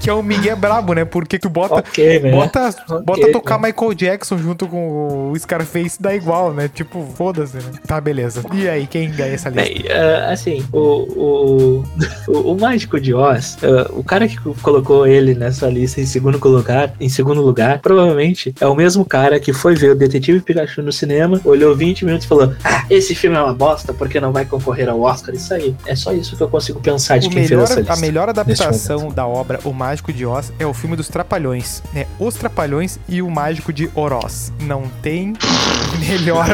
B: Que é o Miguel Brabo, né? Porque tu bota.
A: Ok, né?
B: Bota, bota
A: Ok,
B: tocar Michael Jackson junto com o Scarface, dá igual, né? Tipo, foda-se, né? Tá, beleza. E aí, quem ganha essa lista?
A: Bem, ah, assim, o, o, o, o Mágico de Oz, ah, o cara que colocou ele nessa lista em segundo, colocar, em segundo lugar, provavelmente é o mesmo cara que foi ver o Detetive Pikachu no cinema, olhou 20 minutos e falou: ah, esse filme é uma bosta porque não vai concorrer ao Oscar. Isso aí. É só isso que eu consigo pensar de
B: O
A: quem
B: melhor-
A: fez essa lista.
B: a melhor adaptação
A: momento.
B: da obra O Mágico de Oz é o filme dos Trapalhões, né? Os Trapalhões e o Mágico de Oroz. Não tem melhor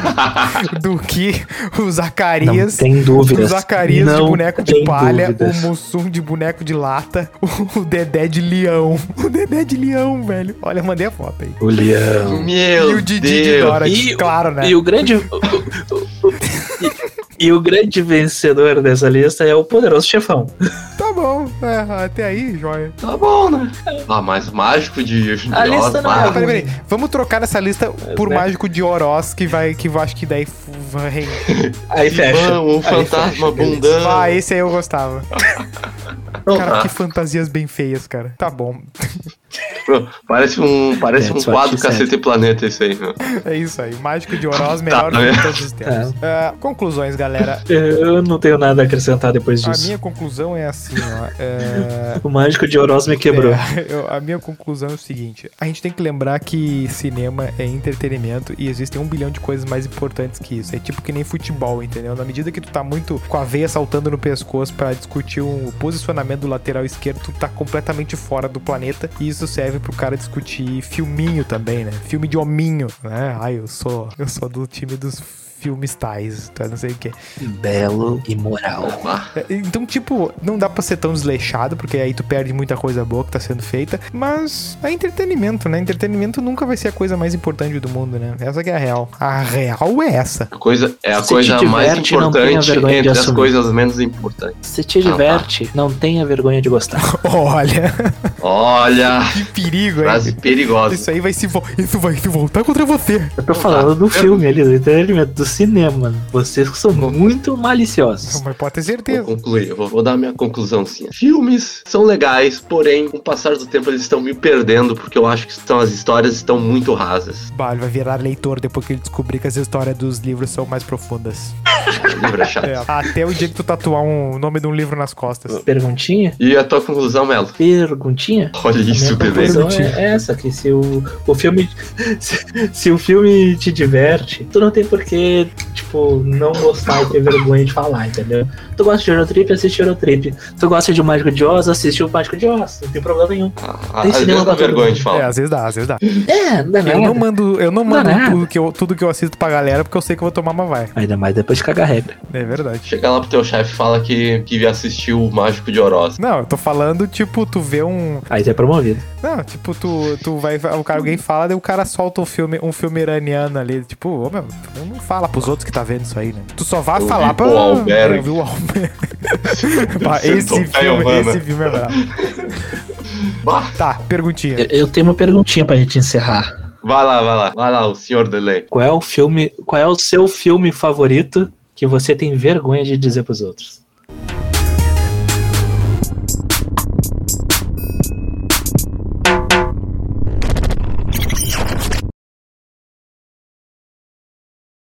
B: do que o
A: Não
B: Zacarias.
A: tem dúvidas.
B: O Zacarias de
A: Não
B: boneco de
A: tem
B: palha,
A: dúvidas.
B: o Mussum de boneco de lata, o Dedé de leão. O Dedé de leão, velho. Olha, eu mandei a foto aí.
A: O Leão.
D: Meu
B: e o Didi de
D: Deus.
B: Dorothy,
A: E o-
B: claro, né?
A: E o grande. o- o- o- e, e o grande vencedor dessa lista é o poderoso chefão.
B: Tá bom, é, até aí, joia.
D: Tá bom, né? Ah, mas mágico de de
A: A lista
D: Oz,
A: não
D: bah.
A: é-
B: Peraí, peraí. Vamos trocar essa lista por
A: né?
B: mágico de Oroz, que vai, que eu acho que daí f- vai.
A: Aí fecha.
D: Ivan, o
A: Aí
D: um fantasma
A: fecha, beleza.
D: bundão.
B: Ah, esse aí eu gostava.
D: Não,
B: Cara,
D: tá.
B: que fantasias bem feias, cara. Tá bom.
D: Parece um, parece
A: É,
D: um
A: isso
D: quadro
A: aqui, sério.
D: Cacete e Planeta isso aí. meu.
B: É isso aí. Mágico de Oroz, melhor
D: Tá,
B: de
D: né?
B: todos os tempos.
A: É.
B: Ah, conclusões, galera.
A: Eu não tenho nada a acrescentar depois
B: A
A: disso.
B: minha conclusão é assim, ó. É,
A: O mágico de Oroz me quebrou.
B: É, eu- a minha conclusão é o seguinte: a gente tem que lembrar que cinema é entretenimento e existem um bilhão de coisas mais importantes que isso. É tipo que nem futebol, entendeu? Na medida que tu tá muito com a veia saltando no pescoço pra discutir um posicionamento do lateral esquerdo, tu tá completamente fora do planeta. E isso serve pro cara discutir filminho também, né? Filme de hominho, né? Ai, eu sou, eu sou do time dos filmes tais, tá? Não sei o quê.
A: Belo e moral.
D: Bah.
B: É, Então, tipo, não dá pra ser tão desleixado, porque aí tu perde muita coisa boa que tá sendo feita. Mas é entretenimento, né? Entretenimento nunca vai ser a coisa mais importante do mundo, né? Essa que é a real. A real é essa.
D: A coisa, é a
A: Se
D: coisa
A: te
D: mais
A: diverte, não tenha
D: importante
A: vergonha de
D: entre as
A: assumir.
D: coisas menos importantes.
A: Se te
D: Ah, tá.
A: diverte, não tenha vergonha de gostar.
B: Olha,
D: Olha,
B: que perigo,
D: frase
B: hein?
D: perigosa.
B: Isso aí vai se, vo- isso vai se voltar contra você.
A: Eu tô falando do
D: tá. Eu-
A: filme ali, do entretenimento, do cinema. Vocês são muito maliciosos.
B: Mas pode ter
D: Vou
B: certeza.
D: concluir, eu vou, vou dar a minha conclusãozinha. Filmes são legais, porém, com o passar do tempo, eles estão me perdendo, porque eu acho que estão, as histórias estão muito rasas.
B: Bah, ele vai virar leitor depois que ele descobrir que as histórias dos livros são mais profundas.
D: Livro é chato.
B: É, até o dia que tu tatuar um- o nome de um livro nas costas.
A: Perguntinha?
D: E a tua conclusão, Melo?
A: Perguntinha?
D: Olha
A: A
D: isso,
A: minha
D: bebê.
A: conclusão é essa, que se o, o filme se, se o filme te diverte, tu não tem por que tipo, tipo, não gostar e ter vergonha de falar, entendeu? Tu gosta de Eurotrip, assiste Eurotrip. Tu gosta de O Mágico de Oz, assiste O Mágico de Oz. Não tem problema nenhum.
D: Ah,
A: Tem
D: Às
A: cinema
D: vezes dá
A: pra todo
D: vergonha
A: mundo.
D: de
B: É,
D: falar.
B: às vezes dá, às vezes dá.
A: É, não é
B: Eu
A: merda.
B: não mando, eu não
A: Não é
B: mando
A: nada.
B: tudo, que eu, tudo que eu assisto pra galera, porque eu sei que eu vou tomar uma vai.
A: Ainda mais depois de cagar regra.
B: É verdade.
D: Chega lá pro teu chefe e fala que, que assistiu o Mágico de Oroz.
B: Não, eu tô falando, tipo, tu vê um.
A: Aí tu é promovido.
B: Não, tipo, tu, tu vai. O cara, alguém fala, daí o cara solta um filme, um filme iraniano ali. Tipo, ô meu, tu não fala pros outros que tá vendo isso aí, né? Tu só vai
D: Eu
B: falar
D: vi
B: pra.
D: o Alberg.
B: Eu vi o Alberg. Bah, esse
D: Sentou pé,
B: filme,
D: mano.
B: esse filme é brabo.
D: né? Bah,
B: Tá, perguntinha.
A: Eu, eu tenho uma perguntinha pra gente encerrar.
D: Vai lá, vai lá. Vai lá, o senhor Delay.
A: Qual é o filme. Qual é o seu filme favorito que você tem vergonha de dizer pros outros?